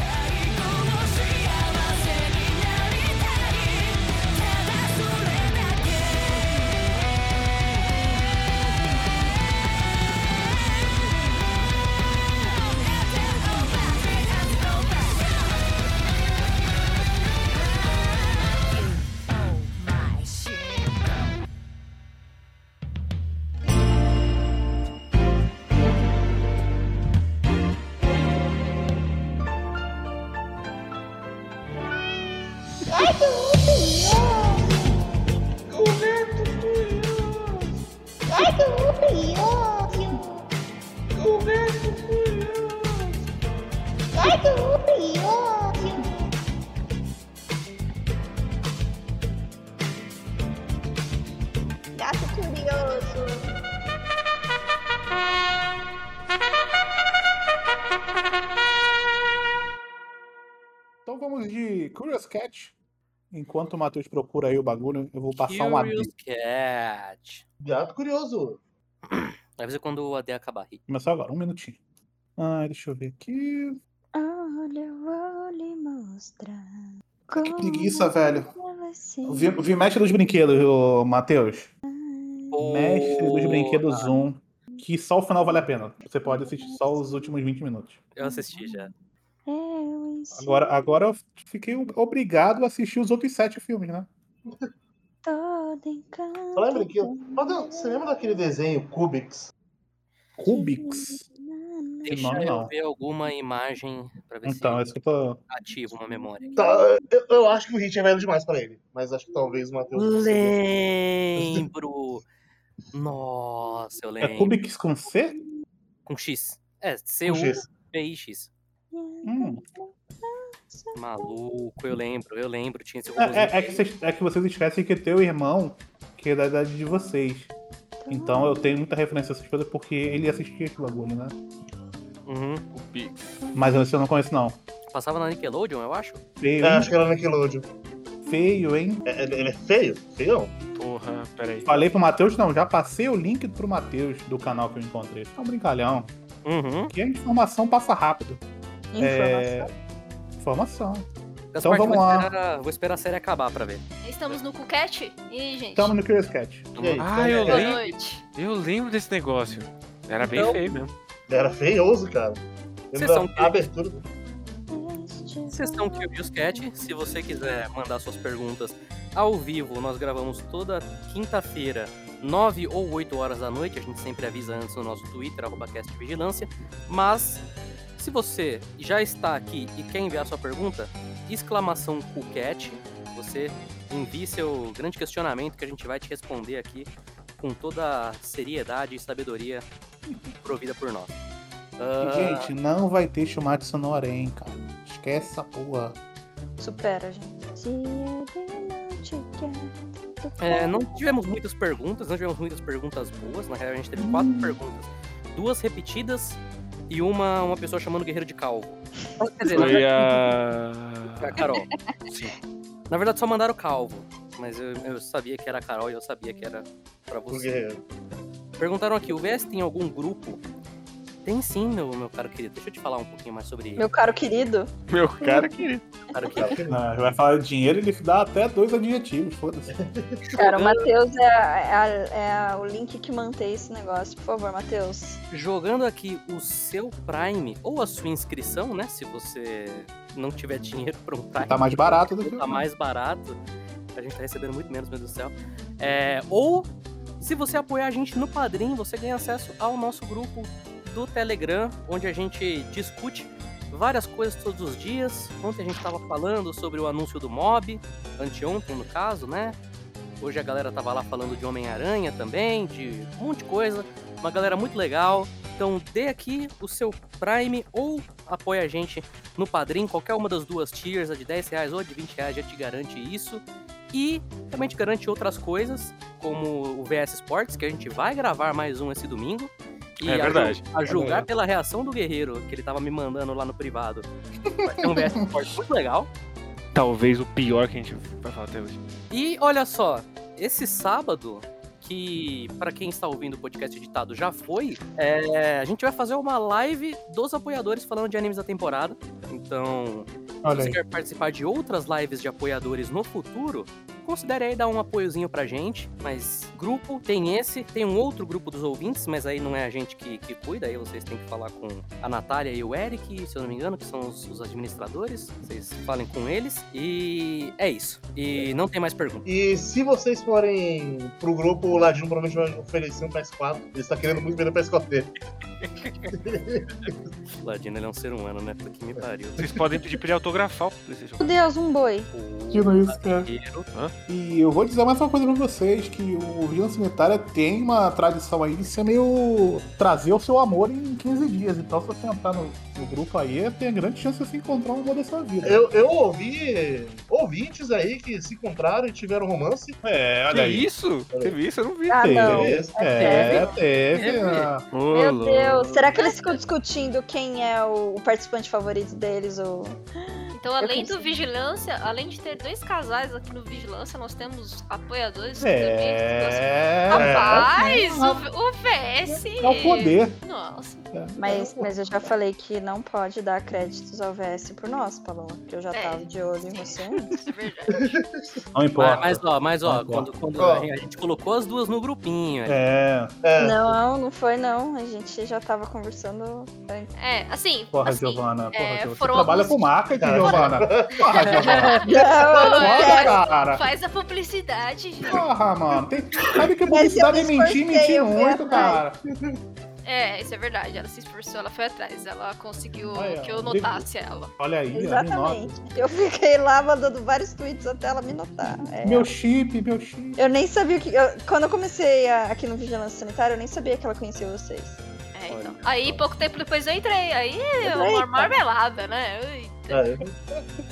Gato curioso.
Então vamos de Curious Cat. Enquanto o Matheus procura aí o bagulho, eu vou passar um
Curious
adendo.
Cat.
Gato curioso.
Avisa quando o AD acabar.
Começar agora, um minutinho. Ah, deixa eu ver aqui.
Olha, eu vou lhe mostrar. Ah,
Que preguiça, velho.
ela se
Vi, vi mestre dos brinquedos, ô, Matheus. Mestre dos
Pô,
brinquedos 1. Que só o final vale a pena. Você pode assistir só os últimos 20 minutos.
Eu assisti já.
Hum,
Eu ensino
Agora, agora eu fiquei obrigado a assistir os outros sete filmes, né?
todo encanto.
Só lembra que. Matheus, você lembra daquele desenho Cubics?
Rubik's.
Deixa
nome
eu
não.
ver alguma imagem pra ver
Então, é
se
isso que eu tô.
ativa uma memória.
Tá, eu, eu acho que o Hit é velho demais pra ele. Mas acho que talvez o Matheus. consiga.
Lembro! Nossa, eu
É
lembro.
Rubik's com C?
Com X. É,
Com X.
C-U-B-I-X.
Hum.
Maluco, eu lembro, eu lembro. Tinha esse robôzinho.
É, é- é que vocês, é que vocês esquecem que teu irmão, que é da idade de vocês. Então eu tenho muita referência a essas coisas porque ele assistia esse bagulho, né?
Uhum.
O Pi.
Mas esse eu não conheço, não.
Passava na Nickelodeon, eu acho.
Feio,
É,
hein?
acho que era Nickelodeon.
Feio, hein?
É, Ele ele é feio? Feião?
Porra, peraí.
Falei pro Matheus, não, já passei o link pro Matheus do canal que eu encontrei. Isso é um brincalhão.
Uhum.
Que a informação passa rápido. É,
Informação.
Informação.
Gaspar,
Então vamos
vou
lá.
Então, Esperar, vou esperar a série acabar pra ver.
Estamos no Cucat? Ih, gente.
Tamo no Curious Cat.
E aí?
Ah, eu
Boa
lembro.
noite.
Eu lembro desse negócio. Era bem
Então-
feio mesmo.
Era feioso, cara.
Vocês
Lembra
são
da abertura.
Sessão Curious Cat. Se você quiser mandar suas perguntas ao vivo, nós gravamos toda quinta-feira, 9 ou 8 horas da noite. A gente sempre avisa antes no nosso Twitter, arroba Cast Vigilância. Mas, se você já está aqui e quer enviar sua pergunta, exclamação CUCAT, você envie seu grande questionamento que a gente vai te responder aqui com toda a seriedade e sabedoria provida por nós. Ah,
Gente, não vai ter chumate sonora, hein, cara. Esquece essa porra.
Supera, gente. Se ele não te quer, tu
É, não
pode-
tivemos muitas perguntas, não tivemos muitas perguntas boas. Na real, a gente teve quatro
Hum.
perguntas. Duas repetidas e uma, uma pessoa chamando o Guerreiro de Calvo. Quer dizer, na
Foi
verdade,
a.
foi a Carol.
Sim.
Na verdade, só mandaram o Calvo. Mas eu, eu sabia que era a Carol e eu sabia que era pra
do
você.
Guerreiro.
Perguntaram aqui, o VS tem algum grupo? Tem sim, meu, meu caro querido. Deixa eu te falar um pouquinho mais sobre ele.
Meu caro querido,
Meu cara querido.
Caro querido.
Cara, é aquele-
Ah, vai falar de dinheiro, ele dá até dois adjetivos, foda-se.
cara, o Matheus é, a- é a- é a- o link que mantém esse negócio. Por favor, Matheus.
jogando aqui o seu Prime ou a sua inscrição, né? Se você não tiver dinheiro para um Prime.
Tá mais barato do que
tá mais barato. A gente tá recebendo muito menos, meu Deus do céu. É, ou, se você apoiar a gente no Padrim, você ganha acesso ao nosso grupo do Telegram, onde a gente discute várias coisas todos os dias. Ontem a gente tava falando sobre o anúncio do Mob, anteontem no caso, né? Hoje a galera tava lá falando de Homem-Aranha também, de um monte de coisa. Uma galera muito legal. Então dê aqui o seu Prime ou apoia a gente no Padrim, qualquer uma das duas tiers, a de 10 reais ou a de 20 reais, já te garante isso. E também te garante outras coisas, como o VS Sports, que a gente vai gravar mais um esse domingo. E
É
a ju-
verdade.
A, julgar
verdade.
pela reação do guerreiro, que ele tava me mandando lá no privado. Vai ter um VS Sports muito legal.
Talvez o pior que a gente vai falar até hoje.
E olha só, esse sábado, que pra quem está ouvindo o podcast editado já foi, é, a gente vai fazer uma live dos apoiadores falando de animes da temporada. Então, se
Olha
você
aí.
quer participar de outras lives de apoiadores no futuro, considere aí dar um apoiozinho pra gente. Mas grupo tem esse, tem um outro grupo dos ouvintes, mas aí não é a gente que, que cuida, aí vocês têm que falar com a Natália e o Eric, se eu não me engano, que são os, os administradores. Vocês falem com eles. E é isso. E não tem mais perguntas.
E se vocês forem pro grupo, o Ladino provavelmente vai oferecer um PS4. Ele está querendo muito vender o PS4 dele.
O Ladino ele é um ser humano, né? Porque me pariu.
Vocês podem pedir pra ele autografar o PlayStation.
Meu Deus, um boi.
O
Diga isso, cara.
guerreiro
E eu vou dizer mais uma coisa pra vocês, que o Vigilância Sanitária tem uma tradição aí de ser meio... trazer o seu amor em 15 dias. Então se você entrar no, no grupo aí, tem a grande chance de você encontrar o amor da sua vida.
Eu, eu ouvi ouvintes aí que se encontraram e tiveram romance.
É,
Que isso? Teve isso? Eu não vi.
Ah, não.
Beleza?
É,
Teve.
teve.
Teve.
ah.
Ô,
Meu
louco.
Deus, será que eles ficam discutindo quem é o o participante favorito deles? Ou...
Então, além do
consigo.
Vigilância, além de ter dois casais aqui no Vigilância, nós temos apoiadores também.
É.
Rapaz,
é,
o, o VS.
É o poder.
Nossa.
Mas, mas eu já falei que não pode dar créditos ao VS por nós, Paloma, que eu já
É.
tava de olho em você.
Isso é verdade.
Não
Mas,
importa.
mas, ó, mas ó,
Ah, tá.
quando, quando
Ó.
a gente colocou as duas no grupinho,
É.
É.
Não, não foi não. A gente já tava conversando.
É, assim.
Porra,
assim,
Giovana. Porra,
é,
Giovana. Você
foram
trabalha
alguns-
com marca,
Cara.
Giovana. Porra, Giovana.
Não,
Não, é-
Porra, cara.
Faz a publicidade, gente.
Porra, mano. Tem... Sabe que publicidade é
Esse eu me
mentir, mentir
esforcei,
muito,
eu fui
cara.
É, isso é verdade. Ela se esforçou, ela foi atrás. Ela conseguiu
Aí, ó,
que eu notasse ela.
Olha aí, ó, me nota.
Exatamente. Eu fiquei lá mandando vários tweets até ela me notar. É.
Meu chip, meu chip.
Eu nem sabia o que. eu- quando eu comecei a- aqui no Vigilância Sanitária, eu nem sabia que ela conhecia vocês.
É,
Olha
então.
só.
Aí, pouco tempo depois eu entrei. Aí,
Eita.
então.
uma marmelada, né? Eita.
É.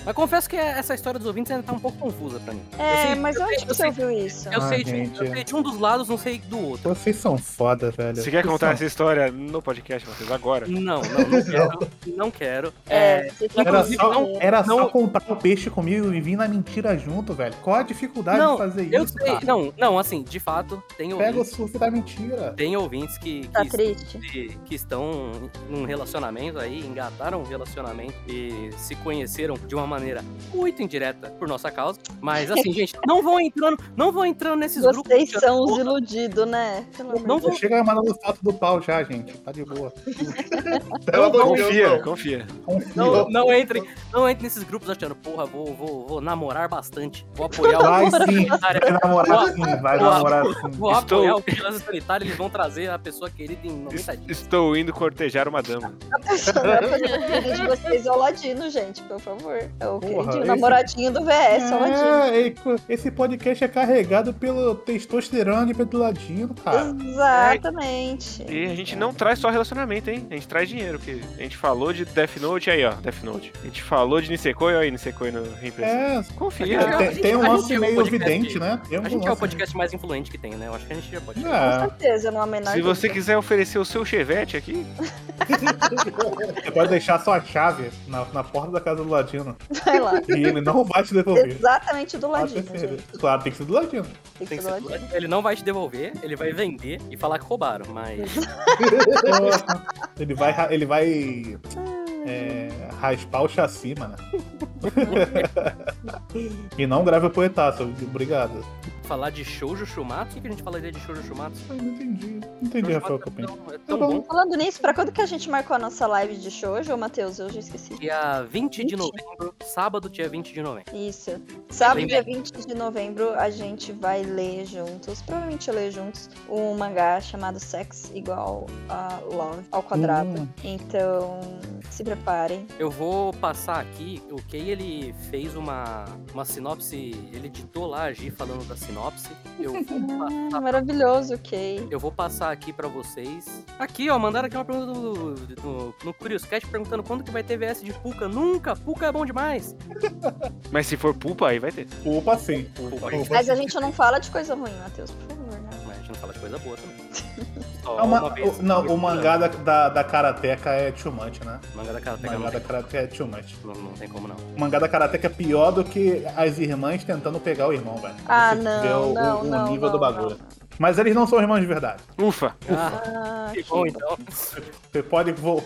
Mas confesso que essa história dos ouvintes ainda tá um pouco confusa pra mim. Eu
É,
sei-
mas
eu
onde
sei-
que
eu
você
sei- É,
ouviu isso?
Eu,
Ah,
sei de,
gente.
eu sei de um dos lados, não sei do outro.
Vocês são foda, velho.
Você quer
Vocês
contar essa
são-
história no podcast, Matheus? Agora.
Não, não, não quero. não quero. É,
É, você
Era
Inclusive,
só,
não-
era
não-
só comprar o peixe comigo e vir na mentira junto, velho. Qual a dificuldade
Não,
de fazer
eu
isso?
sei.
cara?
Não, não, assim, de fato, tem
Pega o
ouvintes,
surf da mentira.
tem ouvintes que, que,
tá triste.
que- que estão num relacionamento aí, engataram um relacionamento e se conheceram de uma maneira muito indireta por nossa causa. Mas assim, gente, não vão entrando, não vão entrando nesses
Vocês
grupos.
são os iludidos, né? Pelo amor
Não
de
vou-
Chega mandando foto do pau já, gente. Tá de boa.
Pelo amor de Deus,
Confia,
não.
confia.
Não, não entrem, não entrem nesses grupos achando, porra, vou, vou, vou namorar bastante, vou apoiar o
Vai sim,
Sanitária.
vai namorar sim, vai
Boa.
namorar sim.
Vou
Estou-
apoiar o Vigilância Sanitária, eles vão trazer a pessoa querida em 90 dias.
Estou indo cortejar uma dama.
Deus, eu quero fazer uma comida de vocês ao ladino, gente, por favor. É o
Porra,
queridinho,
esse-
namoradinho do VS, ao ladino.
É, e co- esse podcast é carregado pelo testosterona de peduladino, cara.
Exatamente.
E a gente não traz só relacionamento, hein? A gente traz dinheiro, porque a gente falou de Death Note aí, ó. Death Note. A gente falou de Nisekoi, olha aí Nisekoi no reimpressão.
É,
Confia.
Cara,
tem,
a gente-
tem um
a gente
lance
é um
meio
podcast-
evidente, né? Tem um
A gente é o
lance-
podcast mais influente que tem, né? Eu acho que a gente já pode.
Com
É,
certeza, não há a menor
Se você
dúvida.
quiser oferecer o seu chevette aqui,
você pode deixar sua chave na, na porta da casa do Ladino.
Vai lá.
E ele não vai te devolver.
Exatamente do
Pode
ladinho,
ter certeza.
gente.
Claro, tem que ser do Ladino.
Tem
Tem
que
que
ser do
ser
ladinho.
tudo. Ele não vai te devolver, ele vai vender e falar que roubaram, mas.
Porra. Ele vai, ra- ele vai é, raspar o chassi, mano. e não grave o poetaço, obrigado.
falar de Shoujo Shumatsu, o que que a gente falaria de Shoujo Shumatsu?
Eu não entendi. Não entendi,
Shoujo
Rafael
Shumatsu
Copinho.
é tão, é
Tá
tão
bom.
bom
Falando nisso, pra quando que a gente marcou a nossa live de shoujo, Matheus? Eu já esqueci.
dia 20 de
Gente.
novembro, sábado, dia 20 de novembro.
Isso. Sábado,
Bem
dia 20 de novembro, a gente vai ler juntos, provavelmente ler juntos, um mangá chamado Sex Igual a Love ao Quadrado.
Hum.
Então, Se preparem.
Eu vou passar aqui. O Kei, ele fez uma, uma sinopse. Ele ditou lá a Gi falando da sinopse. Eu vou
Ah,
passar.
maravilhoso, ok.
Eu vou passar aqui pra vocês. Aqui, ó, mandaram aqui uma pergunta do, do- no Curioscat perguntando quando que vai ter VS de Puka. Nunca! Puka é bom demais!
Mas se for pulpa, aí vai ter.
Opa, sim.
Opa,
Opa,
gente.
opa.
Mas a gente não fala de coisa ruim, Matheus, por favor, né?
Mas a gente não fala de coisa boa também. Só
É uma-
uma vez
o- não,
por
o mangá
ano.
da, da, da Karateka é too much, né?
O mangá da cara
O
pega
mangá
não,
da
tem-
Karateka é too much.
não, não tem como não.
O mangá da Karateka é pior do que as irmãs tentando pegar o irmão, velho.
Ah,
Você
não,
vê o, o-
não,
o
não,
nível do
não,
bagulho. Mas eles não são irmãos de verdade.
Ufa!
Ah,
Ah,
que bom então.
Você pode... Vo...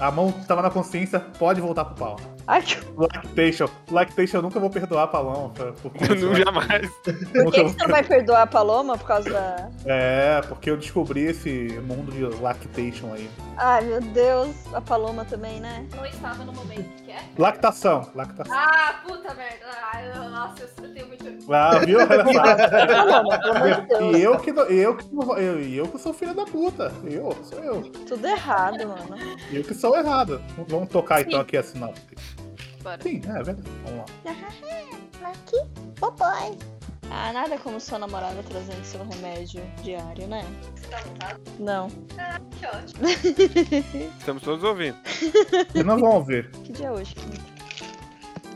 A mão que tava na consciência, pode voltar pro pau.
Ai, que...
Lactation. Lactation eu nunca vou perdoar palão. Por, por
Eu não jamais.
Por que, que você não vai perdoar a Paloma por causa da.
É, porque eu descobri esse mundo de lactation aí.
Ai, meu Deus, a Paloma também, né?
Não estava no momento que é.
Lactação. Lactação.
Ah, puta merda. Ah, eu- nossa, eu tenho muito orgulho.
Ah, viu? Era fácil.
Paloma, pelo amor de
E
Deus.
eu que, não- eu, que não vou- eu, e eu que sou filho da puta. Eu, sou eu.
Tudo errado, mano.
Eu que sou errado. Vamos tocar então
Sim.
aqui a sinopse.
Bora.
Sim, é verdade. Vamos lá.
Aqui, papai. Ah, nada como sua namorada trazendo seu remédio diário, né?
Você tá montado?
Não.
Que ótimo.
Estamos todos ouvindo.
Vocês não vão ouvir.
Que dia é hoje?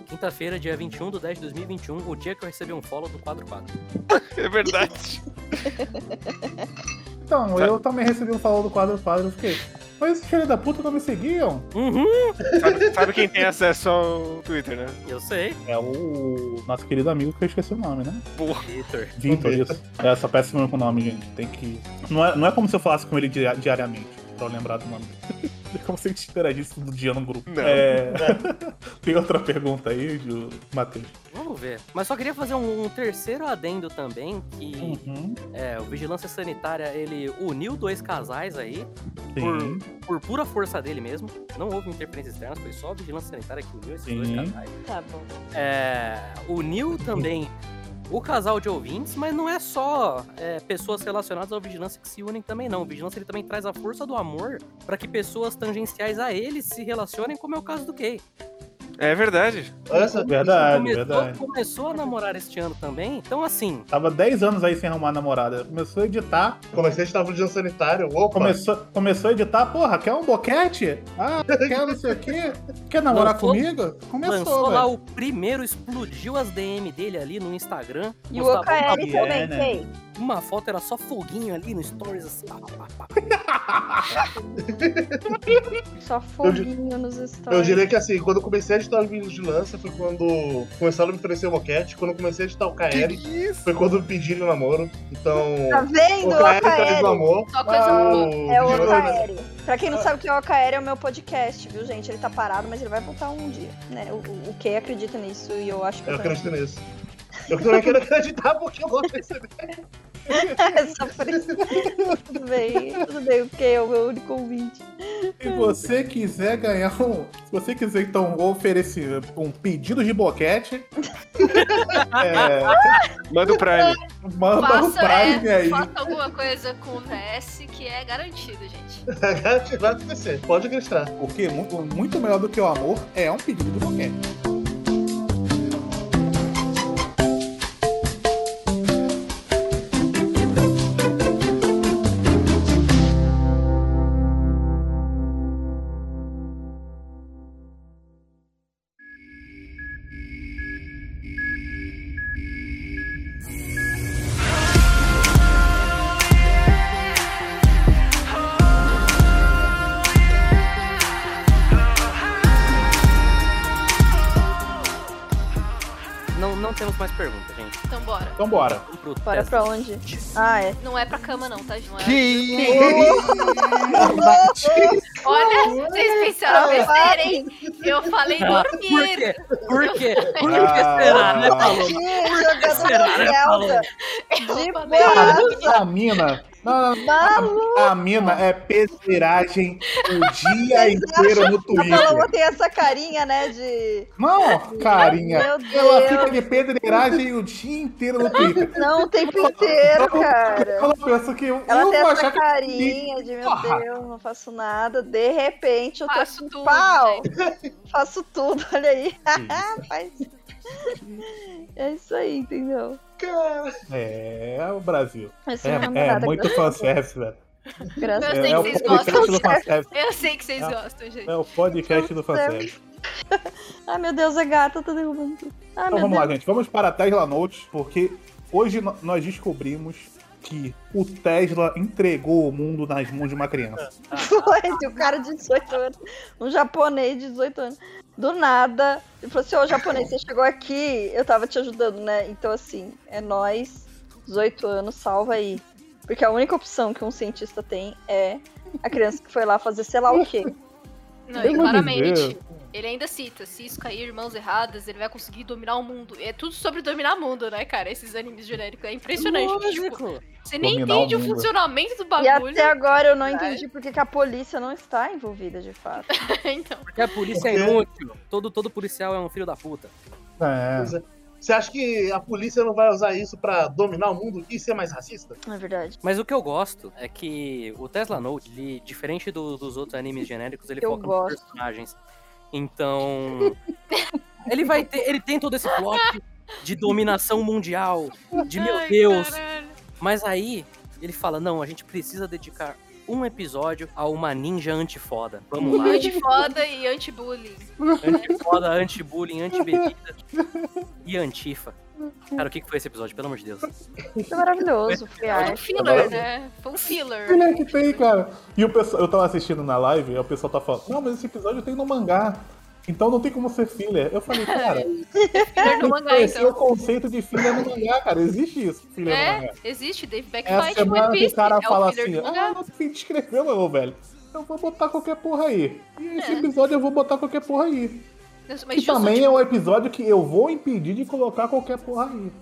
Quinta-feira, dia 21 de 10 de 2021, o dia que eu recebi um follow do quadro 4.
É verdade.
Então,
Tá.
eu também recebi um falou do quadro quadro. Eu fiquei, mas esses filhos da puta não me seguiam?
Uhum!
Sabe, sabe quem tem acesso ao Twitter, né?
Eu sei.
É o nosso querido amigo que eu esqueci o nome, né?
Vitor.
Vitor, isso. É, só péssimo com o nome, gente. Tem que. Não é, não é como se eu falasse com ele dia- diariamente, pra eu lembrar do nome. É como se a gente interagisse todo dia no grupo.
Não.
É... Tem outra pergunta aí, Ju- Matheus?
Vamos ver. Mas só queria fazer um, um terceiro adendo também, que
Uhum.
é, o Vigilância Sanitária, ele uniu dois casais aí,
Sim.
por pura força dele mesmo. Não houve interferências externas, foi só a Vigilância Sanitária que uniu esses dois
Sim. Uhum.
casais.
Tá bom.
É, uniu também o casal de ouvintes, mas não é só é, pessoas relacionadas ao Vigilância que se unem também, não. O Vigilância, ele também traz a força do amor para que pessoas tangenciais a ele se relacionem, como é o caso do Kay.
É verdade.
Olha só.
Verdade, Ah,
começou,
é verdade.
começou a namorar este ano também, então assim...
Tava 10 anos aí sem arrumar namorada. Começou a editar.
Comecei a estar no dia sanitário. Opa.
Começou, começou a editar. Porra, quer um boquete? Ah, quer não sei o quê? Quer namorar
Lançou-
comigo?
Lançou
Começou,
lá
né?
velho.
o primeiro, explodiu as DM dele ali no Instagram.
E o é.
Postava
tá
OKL
bom,
também,
né?
Kay.
Uma, uma foto era só foguinho ali no Stories, assim. pá, pá, pá.
Só foguinho nos
Eu
stories.
diria que assim, quando eu comecei a editar o Vigilância foi quando começaram a me oferecer o boquete. Quando eu comecei a editar o KL,
isso?
foi quando me pediram em namoro. Então,
Tá vendo?
o KL traz o
OKL.
amor.
Ah,
Só coisa boa.
É o
Vigilância-
OKR. Pra quem não sabe o que é o OKR, é o meu podcast, viu, gente? Ele tá parado, mas ele vai voltar um dia, né? O, o- o Kay acredita nisso e eu acho que
Eu
eu, também.
acredito nisso. Eu também quero acreditar porque eu vou receber.
É só por isso. tudo bem, tudo bem, o Kay é o meu único ouvinte.
Se você quiser ganhar um. Se você quiser, então, oferecer um pedido de boquete. é,
Manda o Prime.
manda um
Faça,
Prime
é,
aí.
faça alguma coisa com o VS que é garantido, gente.
Vai acontecer, pode acreditar.
Porque muito, muito melhor do que o amor é um pedido de boquete.
Não, não temos mais perguntas, gente.
Então bora.
Então bora.
Vamos Um pro
Bora
teste.
pra onde? Ah, é.
Não é pra cama não, tá, João?
Não,
Olha, vocês pensaram besteira, hein? Eu falei
Ah, Por
dormir.
quê? Por quê? Por que
Ah.
será, né, Paloma?
Que jogador
Será, né,
Zelda!
Eu
De
falei- "Ah,
boa!
Cara, essa mina Não, não,
Malu,
não. A mina é peseiragem o dia inteiro no
a Paloma
Twitter.
tem essa carinha, né, de...
Não, carinha.
Meu
Ela
Deus,
fica de pedreiragem o dia inteiro no Twitter.
não, o tempo inteiro, cara.
Ela pensa que eu
Ela
eu
tem
vou
essa
achar que
carinha de, meu
Porra.
Deus, não faço nada. De repente, eu tô
Faço
com
tudo,
pau. faço tudo, olha aí. Faz- É isso aí, entendeu?
Cara,
É, o Brasil.
Mas isso
É,
não é
é
nada
muito fanservice, velho.
graças
Eu
É,
sei
é
que
o
vocês
podcast
gostam.
do fanservice.
Eu sei que vocês
Ah.
gostam, gente.
É o podcast do fanservice.
Ai, Ah, meu Deus, a gata tá derrubando tudo. Ai,
Então
meu
vamos lá,
Deus.
gente. Vamos para a Tesla Note, porque hoje no- nós descobrimos que o Tesla entregou o mundo nas mãos de uma criança.
Foi, de um cara de 18 anos. Um japonês de 18 anos. Do nada. Ele falou assim, ô japonês, você chegou aqui, eu tava te ajudando, né? Então assim, é nós, 18 anos, salva aí. Porque a única opção que um cientista tem é a criança que foi lá fazer sei lá o quê.
Não,
Pelo
e
amor de
claramente.
Deus.
Ele ainda cita, se isso cair em mãos erradas, ele vai conseguir dominar o mundo. É tudo sobre dominar o mundo, né, cara? Esses animes genéricos. É impressionante. porque, tipo,
Lógico.
você nem
Dominar o
entende o,
mundo.
funcionamento do
E
bagulho.
até agora eu não entendi porque que a polícia não está envolvida de fato.
então,
Porque a polícia é
Porque-
inútil. Todo, todo policial é um filho da puta.
É.
Pois é. você acha que a polícia não vai usar isso pra dominar o mundo e ser mais racista?
Na verdade.
Mas o que eu gosto é que o Tesla Note, ele, diferente do- dos outros animes genéricos, ele
Eu
foca
gosto.
nos personagens. Então. ele vai ter. Ele tem todo esse plot de dominação mundial. De meu
ai,
Deus.
caralho.
Mas aí ele fala: não, a gente precisa dedicar um episódio a uma ninja antifoda. Vamos lá.
Antifoda e anti-bullying.
Antifoda, anti-bullying, anti-bebida e antifa. Cara, o que que foi esse episódio? Pelo amor de Deus.
Isso é maravilhoso, foi
Foi um
arte.
filler, né? Foi um filler.
Filha é que tem, cara. E o pessoal, eu tava assistindo na live, e o pessoal tá falando, não, mas esse episódio tem no mangá. Então não tem como ser filler. Eu falei, cara,
Filler no mangá,
esse é o
então.
conceito de filler no mangá, cara. Existe isso, filler no mangá.
É, existe. Dave Beck
É a
Fight One
semana que
Piece.
o cara
é
fala
o filler
assim,
do mangá.
ah, não sei escrever, meu velho. Então Eu vou botar qualquer porra aí. E esse episódio eu vou botar qualquer porra aí.
É.
e
Mas justo, tipo,
também é um episódio que eu vou impedir de colocar qualquer porra aí.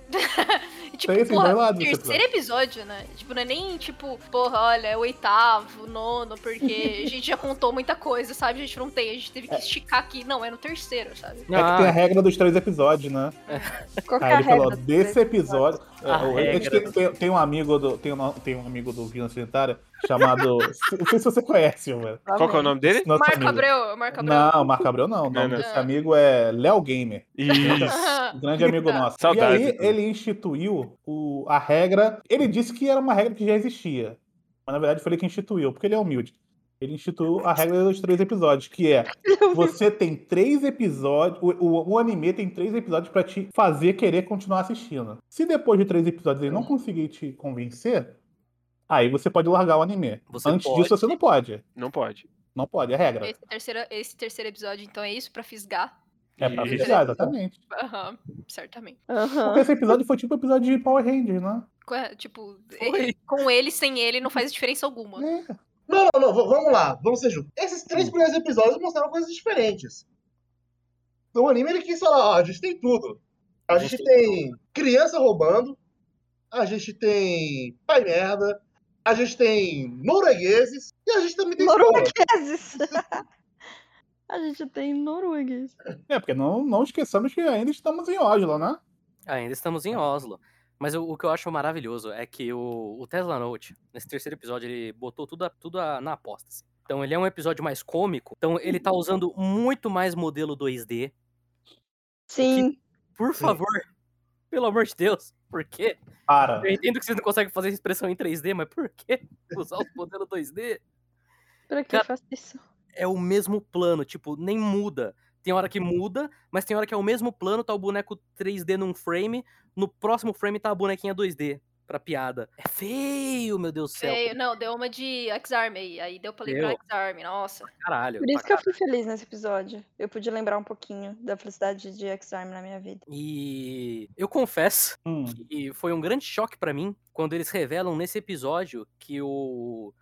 Tipo,
Tem esses
porra,
dois lados desse
terceiro episódio, né? Tipo, não é nem tipo, porra, olha, é o oitavo, nono, porque a gente já contou muita coisa, sabe? A gente não tem, a gente teve que esticar aqui. Não, é no terceiro, sabe?
É
Ah.
que tem a regra dos três episódios, né?
Qual que é
Aí
a
ele falou,
regra
desse episódio. É,
A
eu- eu-
regra.
tem, tem- tem um amigo do. Tem um, tem um amigo do Vila Sanitária chamado. Não sei se você conhece, velho.
Qual que é o nome dele?
Nosso
Marco
amigo.
Abreu, Marco Abreu.
Não, Marco Abreu não. O
Não,
nome
né?
não.
desse amigo é Léo Gamer.
Isso.
Um grande amigo nosso.
Saudades.
E aí ele instituiu o- a regra. Ele disse que era uma regra que já existia. Mas na verdade foi ele que instituiu, porque ele é humilde. Ele instituiu a regra dos três episódios, que é você tem três episódios. O, o- o anime tem três episódios pra te fazer querer continuar assistindo. Se depois de três episódios ele não conseguir te convencer, aí você pode largar o anime.
Você
Antes
pode.
disso, você não pode.
Não pode.
Não pode, é regra.
Esse terceiro, esse terceiro episódio, então, é isso pra fisgar?
É pra
Isso.
avisar, exatamente.
Aham, certamente.
Aham.
Porque esse episódio foi tipo o episódio de Power Rangers, né?
Co- Tipo, e- com ele, sem ele, não faz diferença alguma.
É.
Não, não, não, v- vamos lá, vamos ser justos. Esses três primeiros episódios mostraram coisas diferentes. No anime ele quis falar, ó, a gente tem tudo. A gente tem criança roubando, a gente tem pai merda, a gente tem noruegueses e a gente também tem escola.
é
Noruegueses. A gente tem norueguês.
É, porque não, não esqueçamos que ainda estamos em Oslo, né?
Ah, Ainda estamos em Oslo. Mas o, o que eu acho maravilhoso é que o, o Tesla Note, nesse terceiro episódio, ele botou tudo, a- tudo a- na aposta. assim. Então ele é um episódio mais cômico. Então ele tá usando muito mais modelo 2D.
Sim.
Por favor, pelo amor de Deus, por quê?
Para.
Eu entendo que vocês não conseguem fazer essa expressão em 3D, mas por que usar os modelos 2D?
Pra que eu faço isso?
É o mesmo plano, tipo, nem muda. Tem hora que muda, mas tem hora que é o mesmo plano, tá o boneco 3D num frame, no próximo frame tá a bonequinha 2D, pra piada. É feio, meu Deus do céu.
Feio. É, Não, deu uma de X-Arm aí. Aí deu pra lembrar
Deu.
X-Arm, nossa.
Caralho.
Por
pra
isso que eu fui feliz nesse episódio. Eu pude lembrar um pouquinho da felicidade de X-Arm na minha vida.
E eu confesso
Hum.
que foi um grande choque pra mim quando eles revelam nesse episódio que o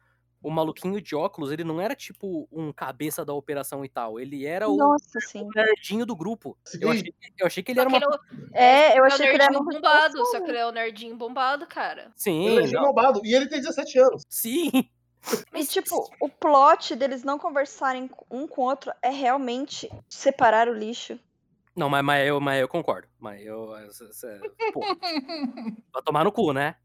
o maluquinho de óculos, ele não era tipo um cabeça da operação e tal. Ele era É o
Nossa, sim.
nerdinho do grupo. Eu
Sim.
achei, que- eu achei que ele
Só
era
que
uma.
ele é o-
É, eu
é o
achei que ele era
nerdinho
muito
bombado, só que ele é o nerdinho bombado, cara.
Sim,
Ele é bombado e ele tem 17 anos.
sim.
E, tipo, o plot deles não conversarem um com o outro é realmente separar o lixo.
Não, mas, mas, eu, mas eu concordo. Mas eu. essa- essa- pô. Vai tomar no cu, né?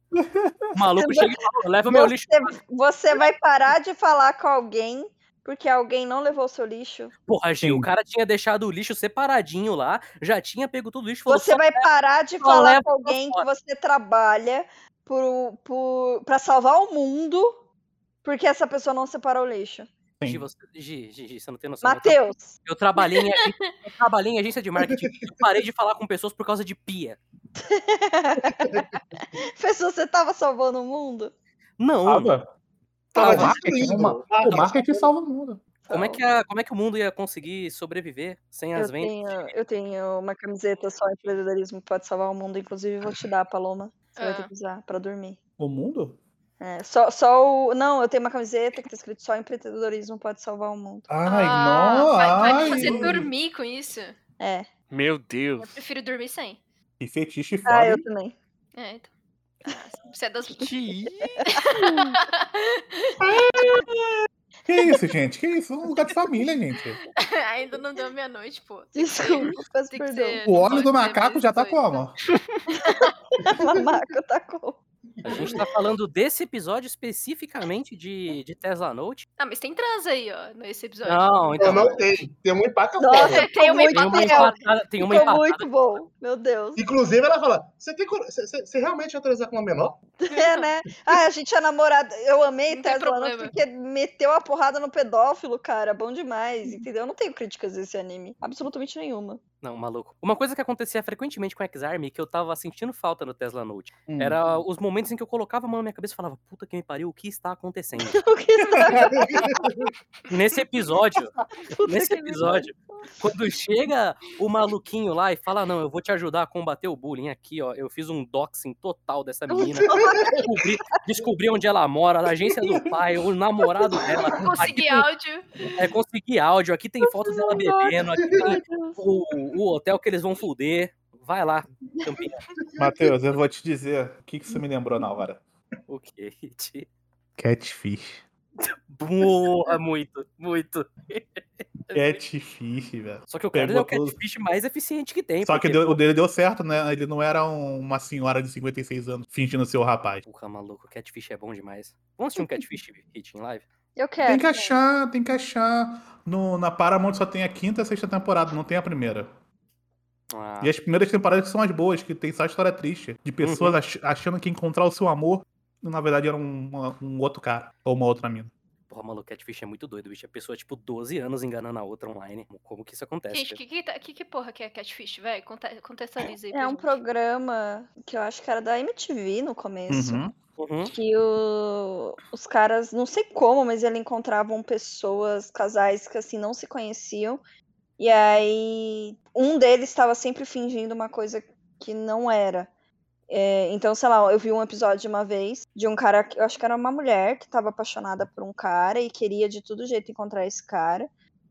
O maluco chega e fala, leva meu lixo.
Você, você vai parar de falar com alguém porque alguém não levou o seu lixo.
Porra, Gil,
Sim.
o cara tinha deixado o lixo separadinho lá, já tinha pego todo o lixo. Falou,
Você
só
vai parar de
só
falar
leva
com alguém que
fora.
você trabalha por, por, pra salvar o mundo porque essa pessoa não separou o lixo.
Gi, você, Gi, Gi, Gi, você não tem noção. Eu tra-
Mateus,
Eu trabalhei, em agência, eu trabalhei em agência de marketing. Eu parei de falar com pessoas por causa de pia.
pessoa, você tava salvando o mundo?
Não.
Tava.
Tava
Tava.
destruindo.
Uma-
Ah,
O marketing salva o mundo.
Como é, que a- como é que o mundo ia conseguir sobreviver sem
Eu
as vendas?
tenho, eu tenho uma camiseta só empreendedorismo que pode salvar o mundo, inclusive vou te dar, Paloma. Você vai ter
Ah.
que usar pra dormir.
O mundo?
É, só, só o. Não, eu tenho uma camiseta que tá escrito só empreendedorismo pode salvar o mundo.
Ai,
Ah,
nossa.
Vai, vai
ai.
me fazer dormir com isso. Eu
É.
Meu Deus.
prefiro dormir sem.
Que fetiche
Ah,
foda.
eu também.
É, então. Ah, Você é das.
Que
Que isso, gente? Que isso? Um lugar de família, gente.
Ainda não deu meia-noite, pô.
Desculpa, peço
Tem que
perdão.
ser-
O
não
óleo
pode
do
ser
macaco
mais
já tá
dezoito.
como?
Mamaco tá com.
A gente tá falando desse episódio especificamente de, de Tesla Note.
Ah, mas tem trans aí, ó, nesse episódio.
Não,
Eu
então.
É, não tenho. Tem um impacto
Nossa,
foda.
Tem
ficou
uma
muito
Tem uma
legal.
empatada, tem uma
Ficou
empatada.
muito bom. Meu Deus.
Inclusive, ela fala: Você tem cor- você- você- você realmente ia transar com uma menor?
É, né? Ah, a gente é namorado. Eu amei
Não tem
Tesla Note
problema.
porque meteu a porrada no pedófilo, cara. Bom demais, entendeu? Eu não tenho críticas desse anime. Absolutamente nenhuma.
Não, maluco. Uma coisa que acontecia frequentemente com X-Arm que eu tava sentindo falta no Tesla Note
Hum.
era os momentos em que eu colocava a mão na minha cabeça e falava, puta que me pariu, o que está acontecendo?
O que está
Nesse episódio,
puta
nesse
que me
episódio, quando chega o maluquinho lá e fala: Não, eu vou te ajudar a combater o bullying aqui, ó. Eu fiz um doxing total dessa menina. Descobri, descobri onde ela mora, a agência do pai, o namorado dela.
Consegui
aqui
áudio.
tem, é, consegui áudio, aqui tem foto dela
embora.
bebendo, aqui tem o, o hotel que eles vão fuder. Vai lá, Campinha.
Matheus, eu vou te dizer o que, que isso me lembrou na hora.
Ok. te-
Catfish.
Boa, muito, muito.
Catfish, velho.
Só que o cara ele é
Pegou
o catfish mais eficiente que tem.
Só que
porque-
deu- o dele deu certo, né? Ele não era um- uma senhora de 56 anos fingindo ser o rapaz.
Porra, maluco, catfish é bom demais. Vamos assistir um catfish hit em live?
Eu quero.
Tem que achar, tem que achar. No, na Paramount só tem a quinta e a sexta temporada, não tem a primeira.
Ah,
E as primeiras temporadas que são as boas, que tem só história triste.
Uhum.
De pessoas ach- achando que encontrar o seu amor, e, na verdade era um, uma- um outro cara, ou uma outra mina.
Porra, maluco, catfish é muito doido, bicho. A pessoa, tipo, 12 anos enganando a outra online. Como que isso acontece?
Gente,
cara?
que, que, tá- que, que porra que é Catfish, velho? Contextualiza aí. pra
É um
gente.
programa que eu acho que era da MTV no começo.
Uhum.
Uhum.
Que o- os caras, não sei como, mas eles encontravam pessoas, casais que assim não se conheciam. E aí um deles estava sempre fingindo uma coisa que não era. É, então, sei lá, eu vi um episódio uma vez de um cara, que- eu acho que era uma mulher que estava apaixonada por um cara e queria de todo jeito encontrar esse cara.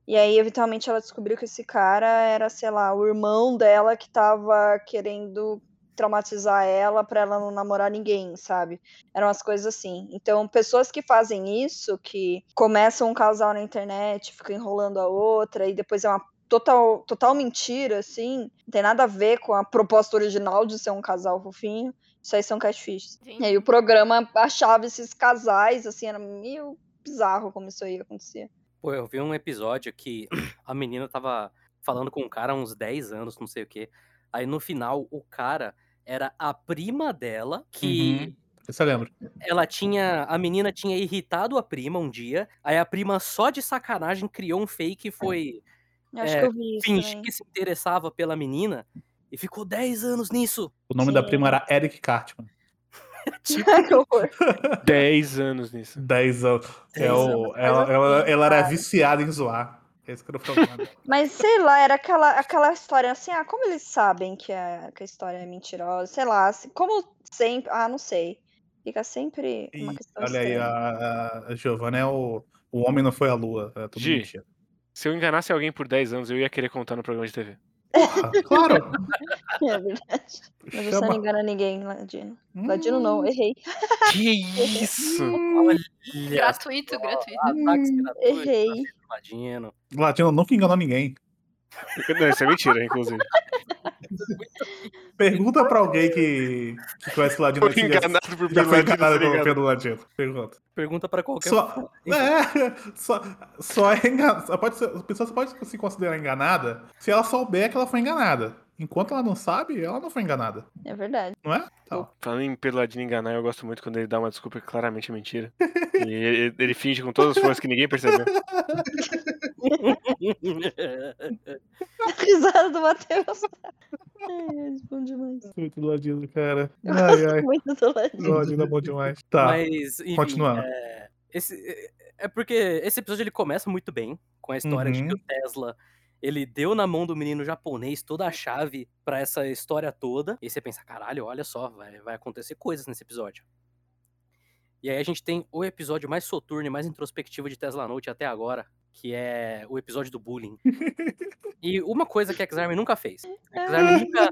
E aí, eventualmente, ela descobriu que esse cara era, sei lá, o irmão dela que tava querendo traumatizar ela pra ela não namorar ninguém, sabe? Eram umas coisas assim. Então, pessoas que fazem isso, que começam um casal na internet, ficam enrolando a outra, e depois é uma total, total mentira, assim, não tem nada a ver com a proposta original de ser um casal fofinho. Isso aí são catfishes.
Sim.
E aí o programa achava esses casais, assim, era meio bizarro como isso aí acontecia.
Pô, eu vi um episódio que a menina tava falando com um cara há uns 10 anos, não sei o quê. Aí no final, o cara era a prima dela, que
Isso eu lembro.
ela tinha. A menina tinha irritado a prima um dia. Aí a prima, só de sacanagem, criou um fake e foi
Eu acho
É,
que eu vi isso.
fingir
também.
que se interessava pela menina. E ficou 10 anos nisso.
O nome da
Sim.
prima era Eric Cartman.
Ai, que horror.
10 anos nisso.
10 anos. É
Dez
o- ela,
é
ela- ela era viciada em zoar. Esse que era o problema.
Mas sei lá, era aquela, aquela história assim, ah, é como eles sabem que a, que a história é mentirosa, sei lá, assim, como sempre, ah, não sei. Fica sempre uma
Ih,
questão
Olha aí,
estranha.
a, a Giovanna é o. O homem não foi à lua. É tudo
Gi.
mentira.
Se eu enganasse alguém por 10 anos, eu ia querer contar no programa de TV.
Porra, Ah, claro!
É verdade. Mas você não engana ninguém, Ladino. Ladino
Hum.
não, errei.
Que isso?
Olha,
Gratuito, gratuito.
ataques gratuitos,
hum, Errei.
Ladino.
Hum, Latino nunca enganou ninguém.
Não, isso é mentira, inclusive.
Pergunta pra alguém que, que conhece o Ladino.
Foi
se já-
enganado por
Já foi
Pedro Ladino,
enganado
tá
pelo
ligado?
Pedro Ladino. Pergunta.
Pergunta pra qualquer um.
Só, é, só, só é enganada. só pode ser- A pessoa só pode se considerar enganada se ela souber que ela foi enganada. Enquanto ela não sabe, ela não foi enganada.
É verdade.
Não é?
Falando em Pedro Ladino enganar, eu gosto muito quando ele dá uma desculpa que claramente é mentira. E ele, ele finge com todas as forças que ninguém percebeu.
É.
A risada do Matheus. Ai, é bom demais.
Muito ladino, cara.
Eu
Ai, ai.
gosto muito do
O
Ladino.
Ladino é bom demais. Tá.
Mas, enfim,
continuando.
É, esse, é- é porque esse episódio ele começa muito bem com a história de que o Tesla ele deu na mão do menino japonês toda a chave pra essa história toda. E aí você pensa, caralho, olha só, vai, vai acontecer coisas nesse episódio. E aí a gente tem o episódio mais soturno e mais introspectivo de Tesla Note até agora, que é o episódio do bullying. e uma coisa que a Xarm nunca fez. A Xarm nunca,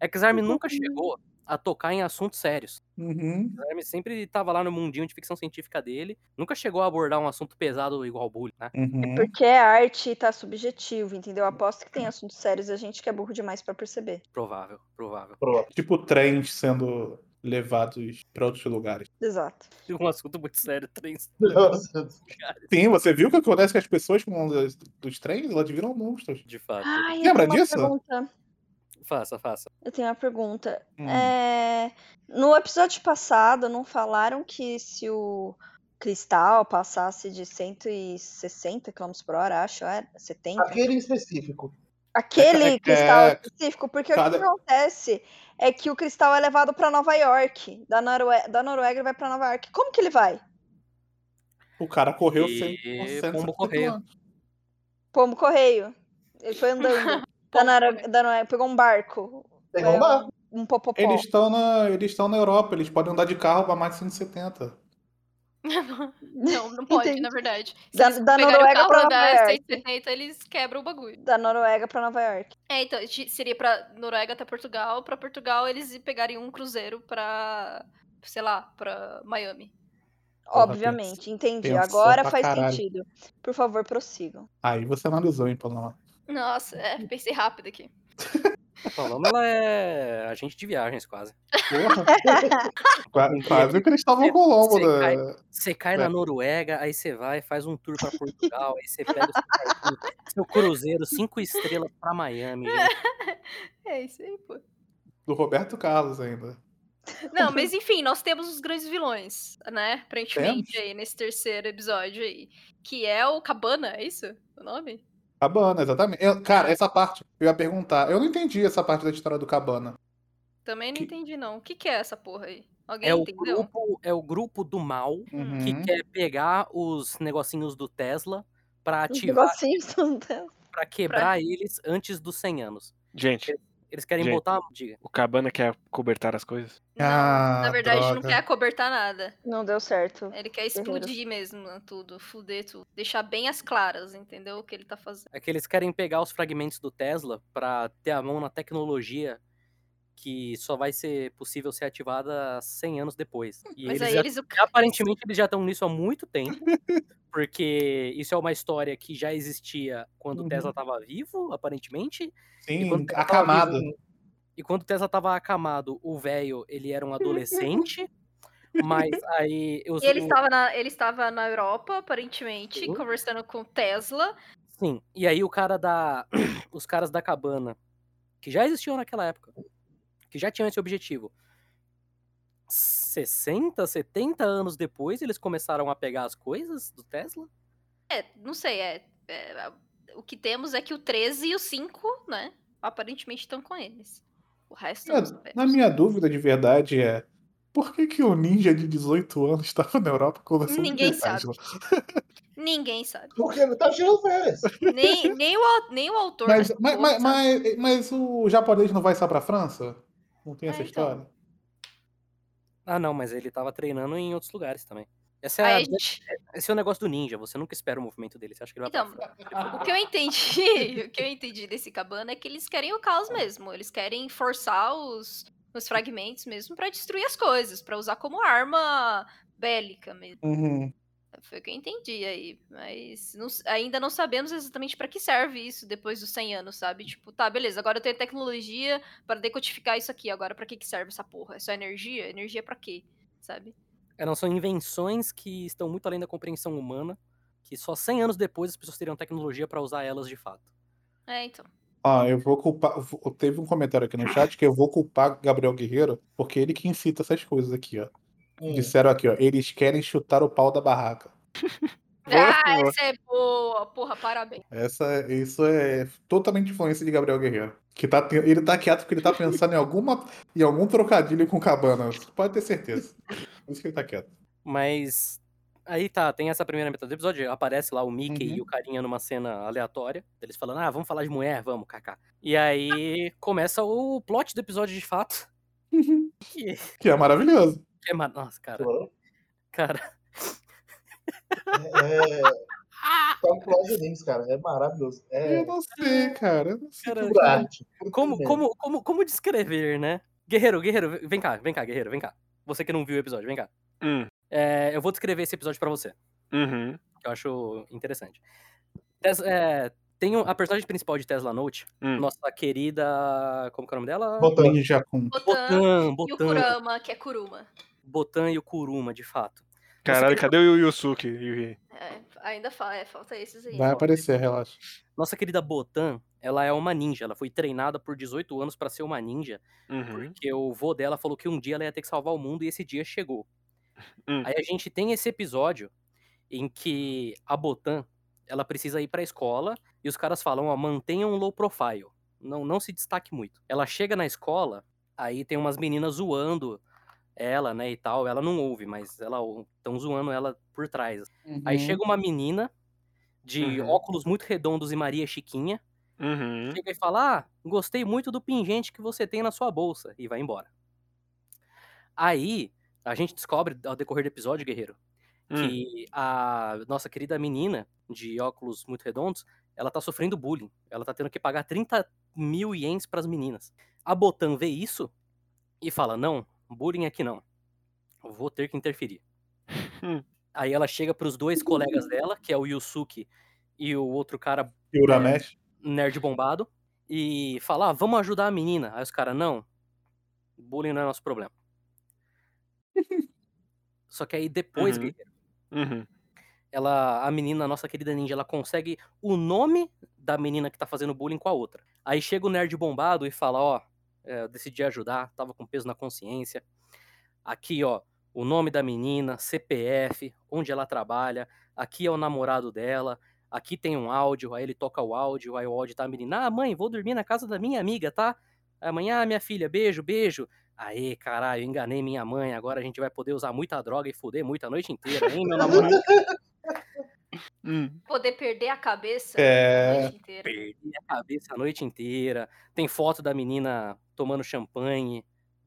a Xarm nunca chegou a tocar em assuntos sérios.
Uhum.
O Guilherme sempre tava lá no mundinho de ficção científica dele. Nunca chegou a abordar um assunto pesado igual bullying, né?
Uhum.
Porque é arte e tá subjetivo, entendeu? Aposto que tem assuntos sérios e a gente que é burro demais pra perceber.
Provável, provável.
Tipo trens sendo levados pra outros lugares.
Exato.
Um assunto muito sério, três.
Nossa.
Sim, você viu o que acontece com as pessoas com os- dos trens? Elas viram monstros.
De fato.
Ai, eu
Lembra
tenho uma
disso?
pergunta.
Faça, faça.
Eu tenho uma pergunta.
Hum.
É, No episódio passado, não falaram que se o cristal passasse de 160 km por hora, acho, era 70?
Aquele em específico.
Aquele
É,
cristal
é,
específico, porque
cada-
o que acontece é que o cristal é levado pra Nova York. Da, Norue... da Noruega ele vai pra Nova York. Como que ele vai?
O cara correu
E-
sem.
pombo correio.
Pombo correio. Ele foi andando. da, Nora- da Noruega, pegou um barco.
Pegou um barco.
Um popopó.
Eles estão na, eles estão na Europa, eles podem andar de carro pra mais de 170.
Não, não pode,
Entendi.
na verdade. Se
Da-
eles
da
pegarem
Noruega
o
pra
carro
Nova York.
da 170, eles quebram o bagulho.
Da Noruega pra Nova York.
É, então, de- seria pra Noruega até Portugal. Pra Portugal, eles pegariam um cruzeiro pra, sei lá, pra Miami.
Porra,
Obviamente, entendi.
pensou
Agora
pra
faz
caralho.
sentido. Por favor, prossigam.
Aí você analisou, então, hein, Paloma?
Nossa, é, pensei rápido aqui.
Paloma, ela é agente de viagens, quase.
Porra. Qua- Quase o Cristóvão Colombo. Né?
Você cai na
É.
Noruega, aí você vai, faz um tour pra Portugal, aí você pega o seu, barquinho, seu cruzeiro, cinco estrelas pra Miami.
É isso aí, pô.
Do Roberto Carlos ainda.
Não, mas enfim, nós temos os grandes vilões, né? Aparentemente aí nesse terceiro episódio aí. Que é o Cabana, é isso? O nome?
Cabana, exatamente. Eu- cara, essa parte, eu ia perguntar. Eu não entendi essa parte da história do Cabana.
Também não
Que-
entendi, não. O que, que é essa porra aí? Alguém
É o,
entendeu?
grupo, é o grupo do mal
Hum,
que é?
Uhum.
quer pegar os negocinhos do Tesla pra
Os
ativar,
negocinhos não tem-
pra quebrar eles antes dos 100 anos.
Gente,
Eles querem
Gente.
botar. Diga.
o Cabana quer cobertar as coisas?
Não,
Ah,
na verdade, não
droga.
quer acobertar nada.
Não deu certo.
Ele quer explodir mesmo né, tudo, fuder tudo. Deixar bem as claras, entendeu? O que ele tá fazendo.
É que eles querem pegar os fragmentos do Tesla pra ter a mão na tecnologia que só vai ser possível ser ativada 100 anos depois. E eles
Mas aí
já-
eles. o-
aparentemente eles já estão nisso há muito tempo, porque isso é uma história que já existia quando
Uhum.
o Tesla estava vivo, aparentemente. E
Sim,
quando o Tesla tava
acamado.
vivo- E quando o Tesla estava acamado, o velho, ele era um adolescente, mas aí os
Tipo
E ele
o-
assim,
estava, na, ele estava na Europa, aparentemente,
Uhum.
conversando com Tesla.
Sim, e aí o cara da. Os caras da cabana, que já existiam naquela época, que já tinham esse objetivo. 60, 70 anos depois, eles começaram a pegar as coisas do Tesla?
É, não sei, é, é, a- O que temos é que o 13 e o 5, né? Aparentemente estão com eles. O resto.
Minha-
eu não
É,
sei.
na minha dúvida de verdade é. Por que, que o ninja de 18 anos estava na Europa conversando
Ninguém
com o Tesla?
Ninguém sabe.
Porque ele tá tirando férias.
Nem, nem, o, au- nem o autor.
Mas,
dessa
mas,
porra
mas, mas,
sabe.
mas o japonês não vai só pra França? Não tem essa
É, então.
história?
Ah, não, mas ele tava treinando em outros lugares também. Essa é
Aí
a-
a gente...
Esse é o negócio do ninja, você nunca espera o movimento dele, você acha que ele vai
Então, o que eu entendi, o que eu entendi desse cabana é que eles querem o caos mesmo. Eles querem forçar os, os fragmentos mesmo pra destruir as coisas, pra usar como arma bélica mesmo.
Uhum.
Foi o que eu entendi aí. Mas não s- ainda não sabemos exatamente pra que serve isso depois dos 100 anos, sabe? Tipo, tá, beleza, agora eu tenho tecnologia para decodificar isso aqui. Agora, pra que que serve essa porra? É só energia? Energia pra quê? Sabe?
É, não, são invenções que estão muito além da compreensão humana, que só 100 anos depois as pessoas teriam tecnologia pra usar elas de fato.
É, então.
Ah, eu vou culpar. eu- Teve um comentário aqui no chat que eu vou culpar Gabriel Guerreiro, porque ele que incita essas coisas aqui, ó. Disseram aqui, ó. Eles querem chutar o pau da barraca.
Ah, essa é boa! Porra, parabéns.
Essa, isso é totalmente influência de Gabriel Guerreiro. Que tá, te- ele tá quieto porque ele tá pensando em alguma, em algum trocadilho com cabana. Você pode ter certeza. Por isso que ele tá quieto.
Mas aí tá, tem essa primeira metade do episódio, aparece lá o Mickey
Uhum.
e o carinha numa cena aleatória, eles falando, ah, vamos falar de mulher, vamos, kaká. E aí começa o plot do episódio de fato, que
Que é maravilhoso.
que é... ma- Nossa, cara,
Pô,
cara,
É, tá um plot de links, cara. É maravilhoso. É
Eu não sei, cara. Eu não sei.
cara,
pura arte. puro
como,
talento.
como, como, como descrever, né? Guerreiro, guerreiro, vem cá, vem cá, guerreiro, vem cá. Você que não viu o episódio, vem cá.
Hum,
É, eu vou descrever esse episódio pra você.
uhum,
que eu acho interessante. Tes- é, tem um- a personagem principal de Tesla Note,
hum.
nossa querida. Como que é o nome dela?
Botando.
Ninja com.
Botan
Botan,
e o
Botan,
Kurama, que é Kuruma.
Botan e o Kuruma, de fato.
Caralho,
querida-
cadê o Yu- Yusuke? Yuri?
É, ainda fa- é, falta esses aí.
Vai aparecer, relaxa.
Nossa querida Botan, ela é uma ninja. Ela foi treinada por 18 anos pra ser uma ninja,
Uhum.
porque o vô dela falou que um dia ela ia ter que salvar o mundo e esse dia chegou.
Hum.
Aí a gente tem esse episódio em que a Botan, ela precisa ir pra escola e os caras falam, ó, mantenha um low profile. Não, não se destaque muito. Ela chega na escola, aí tem umas meninas zoando ela, né, e tal. Ela não ouve, mas ela estão zoando ela por trás. Aí chega uma menina de
Uhum.
óculos muito redondos e Maria Chiquinha,
Uhum.
chega e fala: "Ah, gostei muito do pingente que você tem na sua bolsa" e vai embora. Aí a gente descobre ao decorrer do episódio, guerreiro,
Hum.
que a nossa querida menina de óculos muito redondos, ela tá sofrendo bullying. Ela tá tendo que pagar 30 mil ienes pras meninas. A Botan vê isso e fala: não, bullying aqui não. Eu vou ter que interferir.
Hum.
Aí ela chega pros dois colegas dela, que é o Yusuke e o outro cara
E o
É.
Uramesh.
nerd bombado, e fala: ah, vamos ajudar a menina. Aí os caras: não, bullying não é nosso problema. Só que aí depois,
Uhum. Uhum.
ela, a menina, a nossa querida ninja, ela consegue o nome da menina que tá fazendo bullying com a outra. Aí chega o nerd bombado e fala, ó, é, eu decidi ajudar, tava com peso na consciência. Aqui, ó, o nome da menina, CPF, onde ela trabalha, aqui é o namorado dela, aqui tem um áudio, aí ele toca o áudio, aí o áudio tá a menina, ah, mãe, vou dormir na casa da minha amiga, tá? Amanhã, minha filha, beijo, beijo. Aê, caralho, enganei minha mãe, agora a gente vai poder usar muita droga e foder muito a noite inteira, hein, meu namorado?
Hum.
Poder perder a cabeça a
É.
noite inteira.
perdi a cabeça a noite inteira. Tem foto da menina tomando champanhe.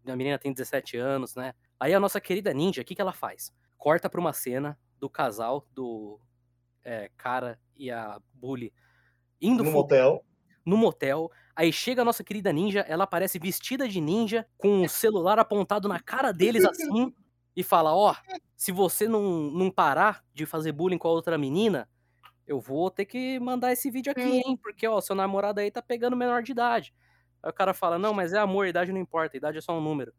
A menina tem 17 anos, né? Aí a nossa querida ninja, o que, que ela faz? Corta pra uma cena do casal do é, cara e a bully indo
Num
no,
motel.
no motel. Aí chega a nossa querida ninja, ela aparece vestida de ninja, com o celular apontado na cara deles assim, e fala: Ó, se você não, não parar de fazer bullying com a outra menina, eu vou ter que mandar esse vídeo aqui, hein? Porque, ó, seu namorado aí tá pegando menor de idade. Aí o cara fala: Não, mas é amor, idade não importa, idade é só um número.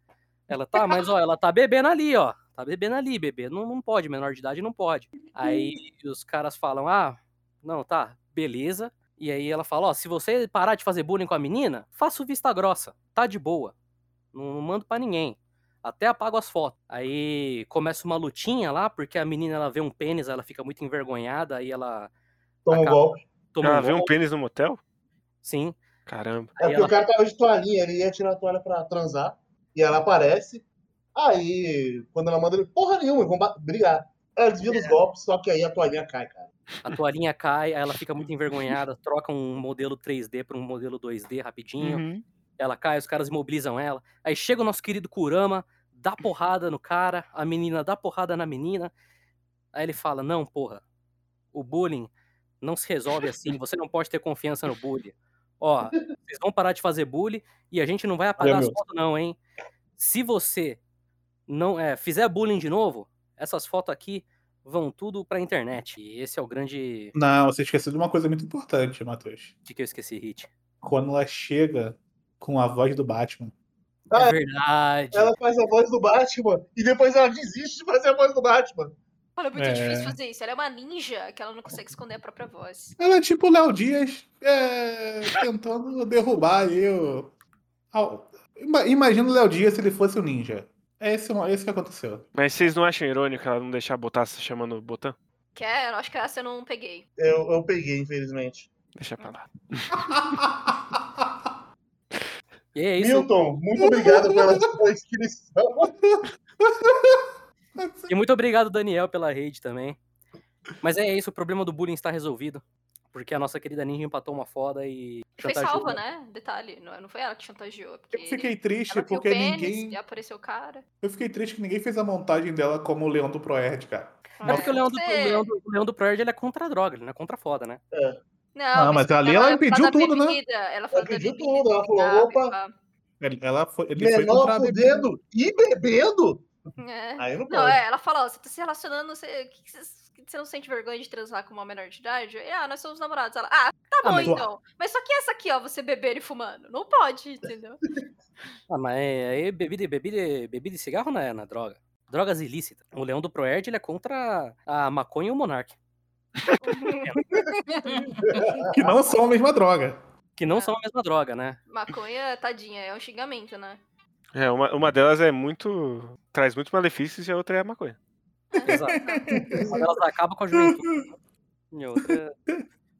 Ela tá, mas ó, ela tá bebendo ali, ó. Tá bebendo ali, bebê. Não, não pode, menor de idade não pode. Aí os caras falam: Ah, não, tá, beleza. E aí ela fala, ó, se você parar de fazer bullying com a menina, faço vista grossa, tá de boa. Não, não mando pra ninguém. Até apago as fotos. Aí começa uma lutinha lá, porque a menina ela vê um pênis, ela fica muito envergonhada, aí ela
Toma um
Acaba.
golpe.
toma
Ela
um
vê um
golpe,
pênis no motel?
sim.
Caramba.
É
Aí
porque
ela-
o cara tava de toalhinha, ele ia tirar a toalha pra transar, e ela aparece. Aí, quando ela manda ele, porra nenhuma, vão ba- brigar. Ela desvia
É.
dos golpes, só que aí a toalhinha cai, cara.
A toalhinha cai, aí ela fica muito envergonhada, troca um modelo 3D pra um modelo 2D rapidinho.
Uhum.
Ela cai, os caras imobilizam ela. Aí chega o nosso querido Kurama, dá porrada no cara, a menina dá porrada na menina. Aí ele fala: Não, porra, o bullying não se resolve assim, você não pode ter confiança no bullying. Ó, vocês vão parar de fazer bullying e a gente não vai apagar
Meu
as
Deus.
fotos, não, hein? Se você não é, fizer bullying de novo, essas fotos aqui vão tudo pra internet. E esse é o grande.
Não, você esqueceu de uma coisa muito importante, Matheus.
De que eu esqueci, Hit.
Quando ela chega com a voz do Batman.
Ah,
É
é.
verdade.
Ela faz a voz do Batman e depois ela desiste de fazer a voz do Batman.
Olha, é muito
É.
difícil fazer isso. Ela é uma ninja que ela não consegue esconder a própria voz.
Ela é tipo o Léo Dias é, tentando derrubar ali o. ao- Ima- Imagina o Léo Dias se ele fosse um ninja. É esse, é esse que aconteceu.
Mas vocês não acham irônico ela não deixar botar se chamando o Botan?
Que é, eu acho que essa eu não peguei.
Eu, eu peguei, infelizmente.
Deixa pra lá.
E é isso.
Milton, muito obrigado pela sua inscrição.
E muito obrigado, Daniel, pela rede também. Mas é isso, o problema do bullying está resolvido. Porque a nossa querida ninja empatou uma foda e.
Foi
chantageou.
salva, né? Detalhe, não, não foi ela que chantageou. é Porque
Eu fiquei
ele-
triste
ela viu o
porque
pênis
ninguém.
e apareceu o cara.
Eu fiquei triste que ninguém fez a montagem dela como o Leão do Proerd, cara.
Tá
É porque o Leão do, o
Você-
Leão do, o Leão do Proerd, ele é contra a droga, ele não é contra a foda, né?
Não,
Ah, mas ali ela
fala
impediu
da
tudo, né?
bebida, Ela falou da
Impediu
bebida,
tudo, ela falou,
da
opa.
bebida.
Ele- Ela foi, ele foi
Menor
contra a bebida.
fudendo e bebendo?
É.
Aí não
Não,
pode.
é, ela fala, ó, você tá se relacionando, você, que que você, que você não sente vergonha de transar com uma menor de idade? Eu, ah, nós somos namorados. Ela, ah, tá
Ah,
bom
mas-
então. Mas só que essa aqui, ó, você beber e fumando. Não pode, entendeu?
Ah, mas aí bebida, bebida, bebida e cigarro não é na droga. Drogas ilícitas. O Leão do Proerd, ele é contra a maconha e o Monark.
Que não são a mesma droga.
Que não são a mesma droga, né?
Maconha, tadinha, é um xingamento, né?
É, uma,
Hum.
uma delas é muito. traz muitos malefícios e a outra é a maconha.
Exato. Uma delas acaba com a juventude. E a outra é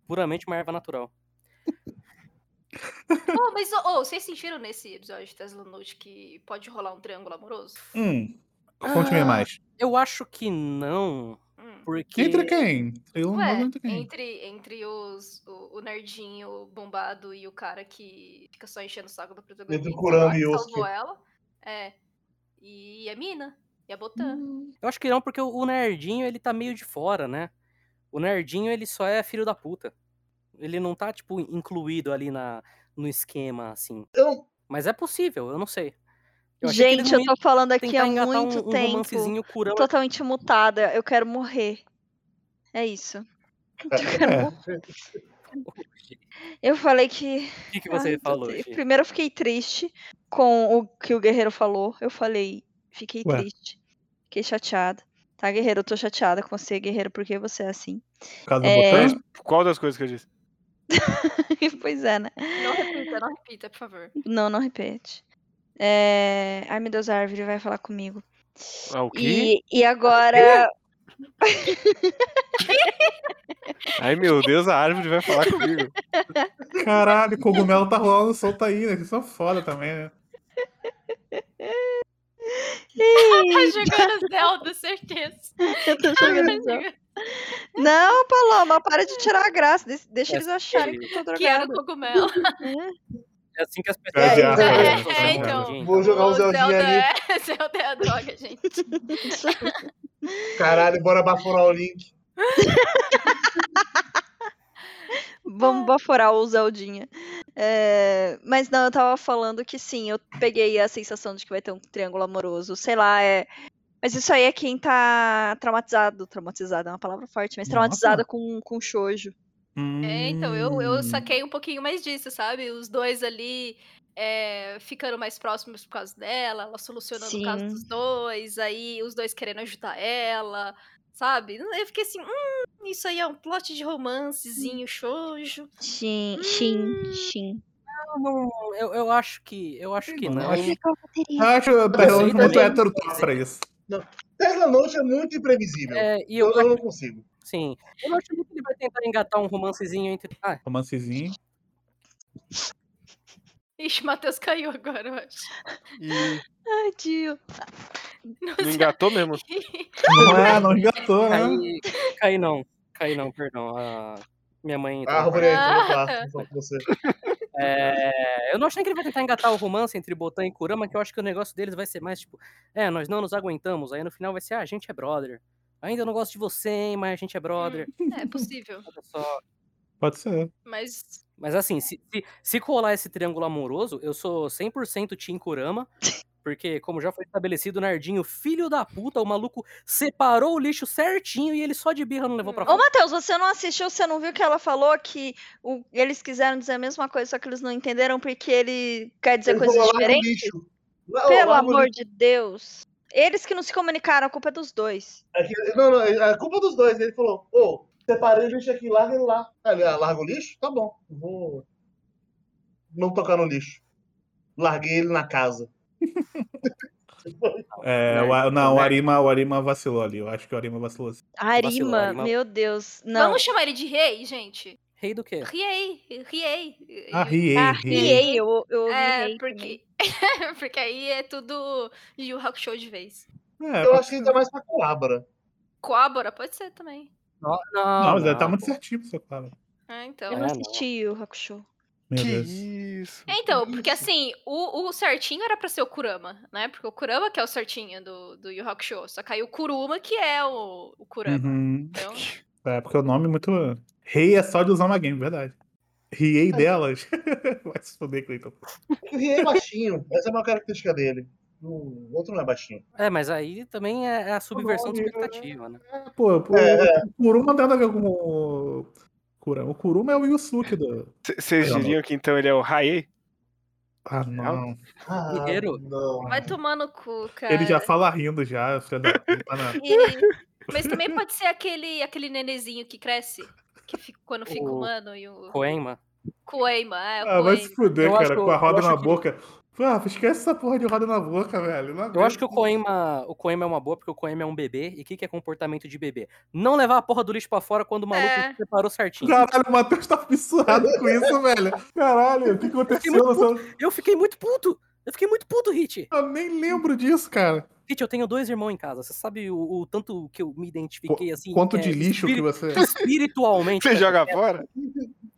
puramente uma erva natural.
Pô, mas ô, ô, vocês sentiram nesse episódio de Tesla Note que pode rolar um triângulo amoroso?
Hum. Conte-me
Ah,
mais.
Eu acho que não,
Hum.
porque...
Entre quem? Eu
um
não
Ué,
lembro entre quem.
entre, entre os, o, o nerdinho bombado e o cara que fica só enchendo o saco do protagonista.
o Kurama
lá,
e
que
o
salvou
Osuke.
ela. É. E a mina. E a Botan.
Eu acho que não, porque o- o nerdinho, ele tá meio de fora, né? O nerdinho, ele só é filho da puta. Ele não tá, tipo, incluído ali na, no esquema, assim.
Eu-
Mas é possível, eu não sei. Eu achei que eles
Gente,
não
eu
iam
tô falando aqui
tentar
há
engatar um-
muito
um,
tempo.
romancezinho curão.
Totalmente mutada. Eu quero morrer. É isso. Eu quero
É.
morrer. Eu falei que.
O que, que
Ai,
você
meu
falou,
Deus.
Gi?
Primeiro eu fiquei triste com o que o guerreiro falou. Eu falei, fiquei
Ué.
triste. Fiquei chateada. Tá, guerreiro? Eu tô chateada com você, guerreiro, porque você é assim.
Por causa do
É.
botão?
Então, Qual das coisas que eu disse?
pois é, né?
Não repita, não repita, por favor.
Não, não repete. É... Ai, meu Deus, a árvore vai falar comigo.
Ah, o quê?
E, e agora.
Ai meu Deus, a árvore vai falar comigo.
Caralho, cogumelo tá rolando solto aí, né? Vocês são foda também, né?
Tá jogando Zelda, certeza.
Eu tô
Tá
jogando Zelda.
jogando-
Não, Paloma, para de tirar a graça. des- Deixa
É
eles acharem que eu tô
Que era o
drogada.
cogumelo.
É assim que as pessoas...
É,
as
é,
pessoas
é,
são,
então.
gente.
Vou jogar um
O
Zeldinha
Zelda
ali.
é, Zelda é a droga, gente.
Caralho, bora baforar o link.
Ah.
Vamos baforar o Zeldinha. É, Mas não, eu tava falando que sim, eu peguei a sensação de que vai ter um triângulo amoroso. Sei lá, é. Mas isso aí é quem tá traumatizado. Traumatizado é uma palavra forte, mas
Nossa.
traumatizado com, com shoujo.
É, então, eu, eu
Hum.
saquei um pouquinho mais disso, sabe? Os dois ali é, ficando mais próximos por causa dela, ela solucionando o caso
Sim.
dos dois, aí os dois querendo ajudar ela, sabe? Eu fiquei assim, hum, isso aí é um plot de
Hum.
romancezinho, shoujo.
Sim,
Hum.
sim, sim.
Não, não, Eu, eu acho que... Eu acho que
mano, eu
não.
acho-
Não,
Acho que o Berlão muito
também.
hétero top pra isso.
Tesla Note é muito imprevisível.
É, e
eu,
eu, assim,
eu não consigo.
Sim. Eu não acho que ele vai tentar engatar um romancezinho entre. Ah,
Romancezinho.
Ixi, o Matheus caiu agora, eu acho.
E
tio.
Não
não
sei.
engatou mesmo.
Não é, não engatou, né?
caí, caí não. Caí não, perdão. a- Minha mãe. entrou
Ah,
no quarto.
Rodrigo,
Ah.
eu vou falar com você.
É, eu não acho nem que ele vai tentar engatar o romance entre Botan e Kurama, que eu acho que o negócio deles vai ser mais tipo, é, nós não nos aguentamos. Aí no final vai ser, ah, a gente é brother. Ainda não gosto de você, hein, mas a gente é brother.
É possível.
Olha só.
Pode ser.
Mas
Mas assim, se, se, se colar esse triângulo amoroso, eu sou 100% Team Kurama. Porque, como já foi estabelecido, Nardinho, filho da puta, o maluco separou o lixo certinho e ele só de birra não levou pra
Ô,
fora.
Matheus, você não assistiu, você não viu que ela falou que o- eles quiseram dizer a mesma coisa, só que eles não entenderam porque ele quer dizer
Ele falou,
coisas
"Larga o
diferentes?
lixo. Não,
Pelo
larga o
amor
lixo.
de Deus. Eles que não se comunicaram, a culpa é dos dois.
É que- Não, não, é culpa dos dois. Ele falou, ô, separei o lixo aqui, larga ele lá. Aí ele, ah, larga o lixo? Tá bom, vou não tocar no lixo. Larguei ele na casa.
É, o, A- não, o Arima, o Arima vacilou ali. Eu acho que o Arima vacilou. assim.
Vacilou,
Arima,
Arima.
meu Deus. Não.
vamos chamar ele de rei, gente.
Rei do quê?
Riei, riei.
Ah, riei,
Ah,
riei.
riei, eu, eu ouvi
É,
riei também.
porque... porque aí é tudo Yu Yu Hakusho de vez.
É,
Eu
pode
acho que
ser.
ele tá mais pra Coabra.
Coabora pode ser também.
Não,
Não, mas ele tá
não,
muito
pô.
certinho, seu cara.
Ah,
Eu
então.
não
É,
assisti o Hakusho.
Meu
que
Deus.
isso.
É, Então, porque assim, o, o certinho era pra ser o Kurama, né? Porque o Kurama que é o certinho do, do Yu Hakusho. Só caiu o Kuruma que é o, o Kurama.
Uhum.
Então,
É, porque o nome é muito. Rei é só de usar uma game, verdade. Riei delas. Vai se fuder, Cleiton.
O Riei é baixinho, essa é uma característica dele. O outro não é baixinho.
É, mas aí também é é a subversão de
nome, né?
expectativa, né?
É, pô, pô,
É.
o Kuruma não tem nada a ver com o Kurama. O Kuruma é o Yusuke do.
C- Vocês
Não, não.
diriam que então ele é o Rae?
Ah, não.
Ah,
Guerreiro?
não.
vai tomar no cu, cara.
Ele já fala rindo já. filha da puta, né?
E- Mas também pode ser aquele, aquele nenezinho que cresce. Que fica- quando fica
O-
humano e o.
Coenma.
Coeima, é, o
Ah, vai se
Coeima.
fuder,
Eu
cara,
acho-
com a roda
eu acho
na
que-
boca. Ah, esquece essa porra de roda na boca, velho. Não
Eu acho que o
aguento.
Coenma, o Coenma é uma boa, porque o Coenma é um bebê. E o que, que é comportamento de bebê? Não levar a porra do lixo pra fora quando o maluco
É.
separou certinho.
Caralho, o Matheus tá fissurado com isso, velho. Caralho, o que aconteceu? Eu, só-
Eu fiquei muito puto! Eu fiquei muito puto, Hit!
eu nem lembro disso, cara.
Hit, eu tenho dois irmãos em casa. Você sabe o, o tanto que eu me identifiquei, assim...
Quanto
é,
de lixo que
espiri-
você.
Espiritualmente.
Você
cara,
joga
é,
fora?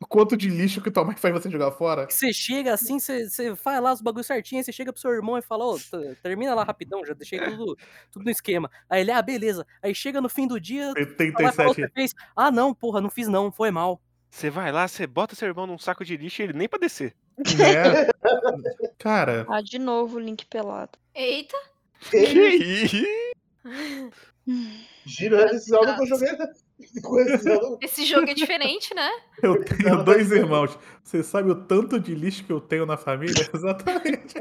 Quanto de lixo que tua mãe faz você jogar fora?
que Você chega assim, você, você faz lá os bagulhos certinho, aí você chega pro seu irmão e fala, ô, t- termina lá rapidão, já deixei
É.
tudo, tudo no esquema. Aí ele, ah, beleza. Aí chega no fim do dia, fala, "Ah, você
87.
fez? Ah, não, porra, não fiz não, foi mal.
Você vai lá, você bota seu irmão num saco de lixo e ele nem pra descer.
Né? Cara,
Ah, de novo o Link pelado.
Eita!
Ele
isso?
gira esse Zelda que eu joguei. Com esse Zelda.
Esse jogo é diferente, né?
eu tenho dois irmãos. Você sabe o tanto de lixo que eu tenho na família? Exatamente.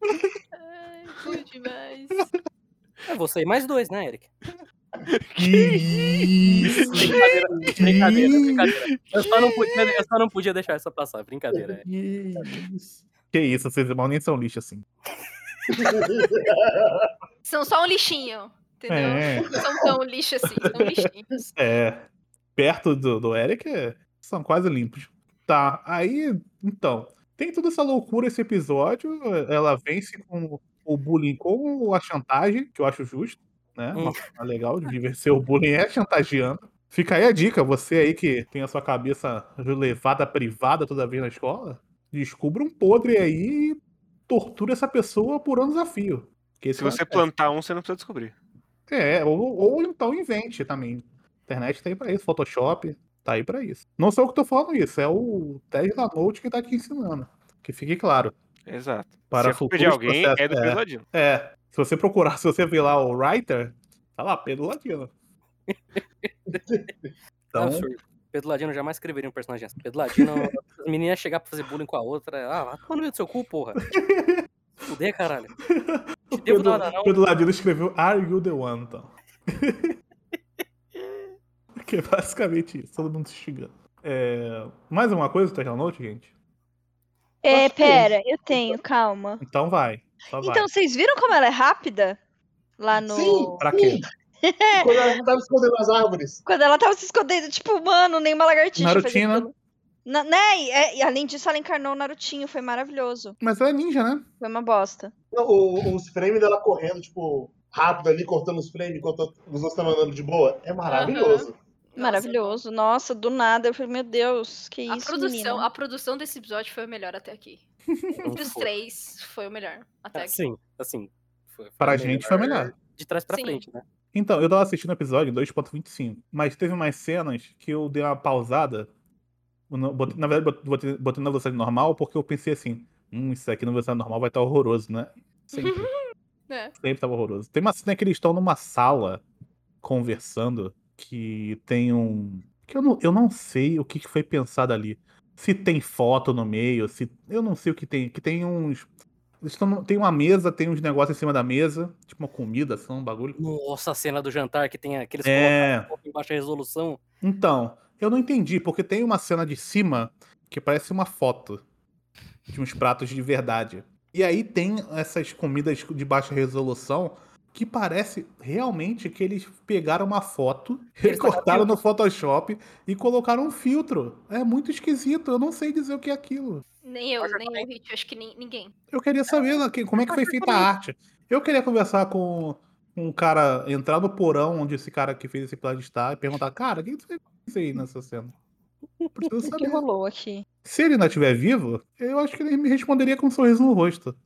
Ai, ruim demais.
É você e mais dois, né, Eric?
Que isso?
Brincadeira, brincadeira, brincadeira. Eu só não podia, eu só não podia deixar essa passar, brincadeira. é
Que isso? Que isso, vocês irmãos nem são lixo assim.
São só um lixinho, entendeu?
É,
Não são tão lixo assim, são lixinhos.
é. Perto do, do Eric, é- são quase limpos. Tá, aí, então. Tem toda essa loucura esse episódio. Ela vence com o bullying com a chantagem, que eu acho justo, né? Uma
Hum.
forma legal de vencer o bullying é chantageando. Fica aí a dica, você aí que tem a sua cabeça levada privada toda vez na escola, descubra um podre aí e tortura essa pessoa por anos a fio. Que esse
Se
é um
você plantar um, você não precisa descobrir.
É, ou, ou então invente também. Internet tá aí pra isso, Photoshop tá aí pra isso. Não sou eu que tô falando isso, é o Tesla da Note que tá te ensinando. Que fique claro.
Exato.
Para
Se a culpa de
futuros
alguém, é do
processos- é.
Pesadinho.
É, se você procurar, se você ver lá o Writer, tá lá, Pedro Ladino. Então,
Absurdo. Pedro Ladino jamais escreveria um personagem assim. Pedro Ladino, as meninas iam chegar pra fazer bullying com a outra. Ah, vai tomar no meio do seu cu, porra. Fudei, caralho.
o
devo
Pedro,
nada, não.
Pedro Ladino escreveu Are You the One, então. que é basicamente isso, todo mundo se xingando. É, mais alguma coisa do Tesla Note, gente?
É,
acho que é
pera, eu tenho, calma.
Então vai. Só vai.
Então, vocês viram como ela é rápida? Lá no.
Sim,
Pra quê?
sim. Quando ela tava escondendo as árvores.
Quando ela tava se escondendo, tipo, mano, nenhuma lagartixa. fazia
Narutinho, né?
aquilo. Na- né? E, é- e além disso, ela encarnou o Narutinho, foi maravilhoso.
Mas ela é ninja, né?
Foi uma bosta.
Não, o- os frames dela correndo, tipo, rápido ali, cortando os frames enquanto os outros estavam andando de boa. É maravilhoso.
Maravilhoso. Nossa, do nada. Eu falei, meu Deus, que
A
isso,
produção,
menina.
a produção desse episódio foi o melhor até aqui. Entre os três, foi o melhor até aqui.
Assim, assim. Foi, foi
Pra
o
gente foi melhor.
De trás pra
Sim.
frente, né?
Então, eu tava assistindo o episódio 2.25, mas teve umas cenas que eu dei uma pausada. Eu não- botei- Na verdade, bot- botei, botei na velocidade normal, porque eu pensei assim: hum, isso aqui na velocidade normal vai estar horroroso, né? Sempre,
É.
sempre tava horroroso. Tem uma cena que eles estão numa sala conversando que tem um. que eu não, eu não sei o que que foi pensado ali. Se tem foto no meio, se. Eu não sei o que tem. Que tem uns. eles tão num- Tem uma mesa, tem uns negócios em cima da mesa, tipo uma comida, assim, um bagulho.
Nossa, a cena do jantar que tem aqueles
É.
em baixa resolução.
Então, eu não entendi, porque tem uma cena de cima que parece uma foto de uns pratos de verdade. E aí tem essas comidas de baixa resolução que parece realmente que eles pegaram uma foto,
Eles tacaram
recortaram no Photoshop e colocaram um filtro. É muito esquisito, eu não sei dizer o que é aquilo.
Nem eu, nem o Hit, acho que nin- ninguém.
Eu queria saber né, que- como é que foi feita a arte. Eu queria conversar com um cara, entrar no porão onde esse cara que fez esse plano está e perguntar, cara, o que que você fez aí nessa cena? Eu Preciso
O que
saber.
rolou aqui?
Se ele ainda estiver vivo, eu acho que ele me responderia com um sorriso no rosto.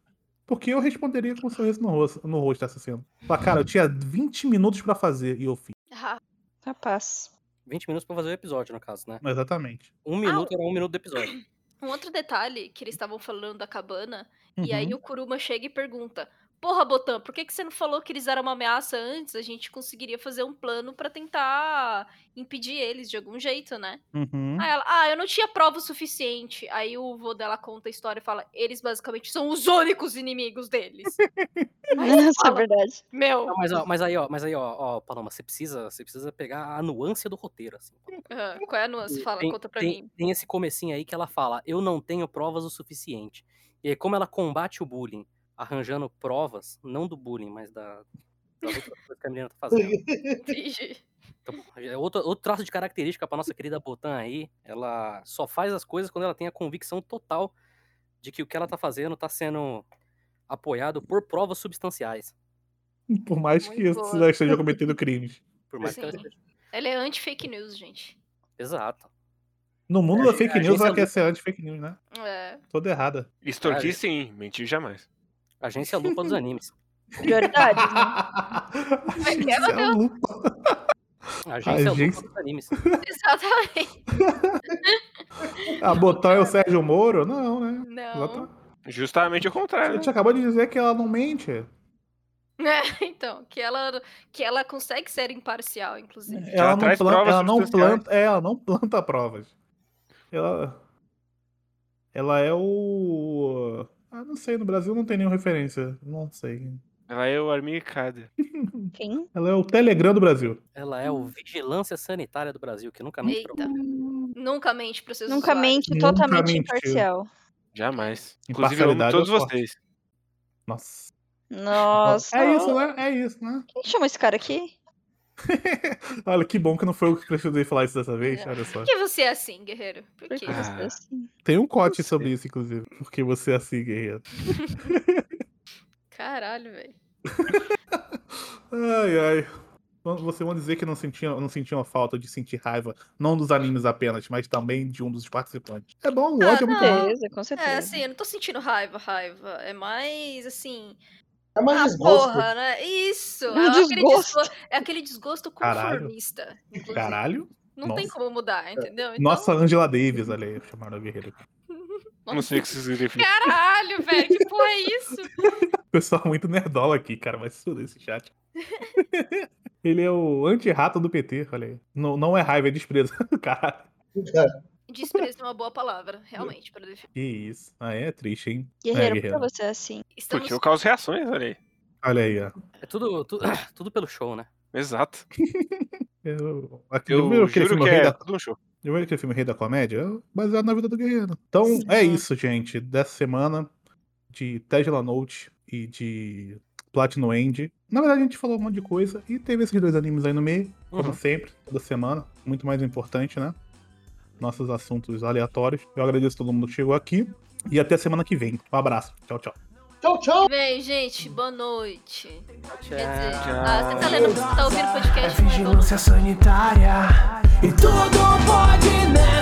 Porque eu responderia com um sorriso no rosto, no rosto essa cena. Falar, cara, eu tinha 20 minutos pra fazer e eu fiz.
Ah,
Rapaz.
20 minutos pra fazer o episódio, no caso, né?
Exatamente.
Um minuto era um minuto do episódio.
um outro detalhe que eles estavam falando da cabana, e aí
Uhum.
o Kuruma chega e pergunta: Porra, Botan, por que, que você não falou que eles eram uma ameaça antes? A gente conseguiria fazer um plano pra tentar impedir eles de algum jeito, né?
Uhum.
Aí ela, ah, eu não tinha prova o suficiente. Aí o vô dela conta a história e fala: eles basicamente são os únicos inimigos deles.
Isso é
fala.
verdade.
Meu.
Não, mas, ó, mas aí, ó, mas aí, ó, ó, Paloma, você precisa, você precisa pegar a nuance do roteiro, assim.
Aham, qual é a nuance? Fala,
tem,
conta pra
tem-
mim.
tem esse comecinho aí que ela fala, eu não tenho provas o suficiente. E aí, como ela combate o bullying, arranjando provas, não do bullying, mas da, das outras coisas que a menina tá fazendo.
Entendi.
Então, é outro, outro traço de característica pra nossa querida Botan aí, ela só faz as coisas quando ela tem a convicção total de que o que ela tá fazendo tá sendo apoiado por provas substanciais.
Por mais que
Muito
você
boa.
já esteja cometendo crimes.
Por mais que ela
Sim.
esteja...
Ela é anti-fake news, gente.
Exato.
No mundo da fake
a
news, ela
agência-
quer ser anti-fake news, né?
É.
Toda errada.
Extorquir
Cara.
sim, mentir jamais.
Agência Lupa dos Animes.
Prioridades. né?
Isso é um loop.
Agência,
Agência-
Lupa dos Animes.
Exatamente.
A Botão é o Sérgio Moro? Não, né? Ela
Não.
tá-
Justamente o
A
contrário. né?
gente acabou de dizer que ela não mente.
É, então, que ela, que ela consegue ser imparcial, inclusive.
Ela não,
traz
planta,
provas
ela não
substanciais.
planta, é, ela não planta provas. Ela ela é o ah, não sei, no Brasil não tem nenhuma referência, não sei.
Ela é o Armin Kader.
Enfim.
Ela é o Telegram do Brasil.
Ela é o Vigilância Sanitária do Brasil, que nunca me
Eita. Nunca mente pra seus
Nunca
usuários.
mente
Nunca
totalmente
mentiu.
imparcial.
Jamais. Inclusive, eu amo
Imparcialidade
todos
é forte.
vocês.
Nossa.
Nossa.
É isso, né? É isso, né?
Quem chamou esse cara aqui?
Olha que bom que não foi o que eu estudei falar isso dessa vez, olha só.
Por que você é assim, guerreiro? Por
Por
quê?
que você é
Ah.
assim?
Tem um corte sobre isso inclusive, porque você é assim, guerreiro.
Caralho, velho.
Ai ai. Vocês vão dizer que não sentiam, não sentiam falta de sentir raiva, não dos animes apenas, mas também de um dos participantes. É bom, o ódio
Ah,
é muito bom.
não.
Certeza, com certeza.
É, assim, eu não tô sentindo raiva, raiva. É mais, assim,
É mais
Ah,
desgosto.
porra, né? Isso!
Um
é, aquele
desgosto.
desgo- é aquele desgosto
Caralho.
conformista. inclusive.
Caralho.
Não tem
nossa. É,
como mudar, entendeu? Então,
Nossa, Angela Davis, olha aí, chamaram a guerreira.
Não sei o que vocês
assim?
definem.
Caralho, velho, que porra é isso?
Pessoal é muito nerdola aqui, cara, mas tudo esse chat. Ele é o anti-rato do PT, olha aí. Não, não é raiva, é desprezo. Caralho,
Desprezo é uma boa palavra, realmente, para definir.
que isso. Ah, é triste, hein?
Guerreiro,
É,
por que
guerreiro.
você é assim?
Estamos...
Porque eu causo reações, olha aí.
Olha aí, ó.
É tudo, tu- tudo pelo show, né?
Exato.
Eu,
Eu
vi aquele
juro
filme
que
Rei
é
da,
tudo um show.
eu vi aquele filme Rei da Comédia, eu- baseado na vida do guerreiro. Então, é isso, gente. Dessa semana, de Tesla Note e de Platinum End. Na verdade, a gente falou um monte de coisa e teve esses dois animes aí no meio. como
Uhum.
sempre, toda semana. Muito mais importante, né? Nossos assuntos aleatórios. Eu agradeço a todo mundo que chegou aqui. E até semana que vem. Um abraço. Tchau, tchau.
Tchau, tchau.
Bem, gente, boa noite.
Tchau.
Quer dizer,
Tchau.
ah, você tá lendo, tá ouvindo o
É
podcast, mas boa noite.
vigilância sanitária. E tudo pode nessa.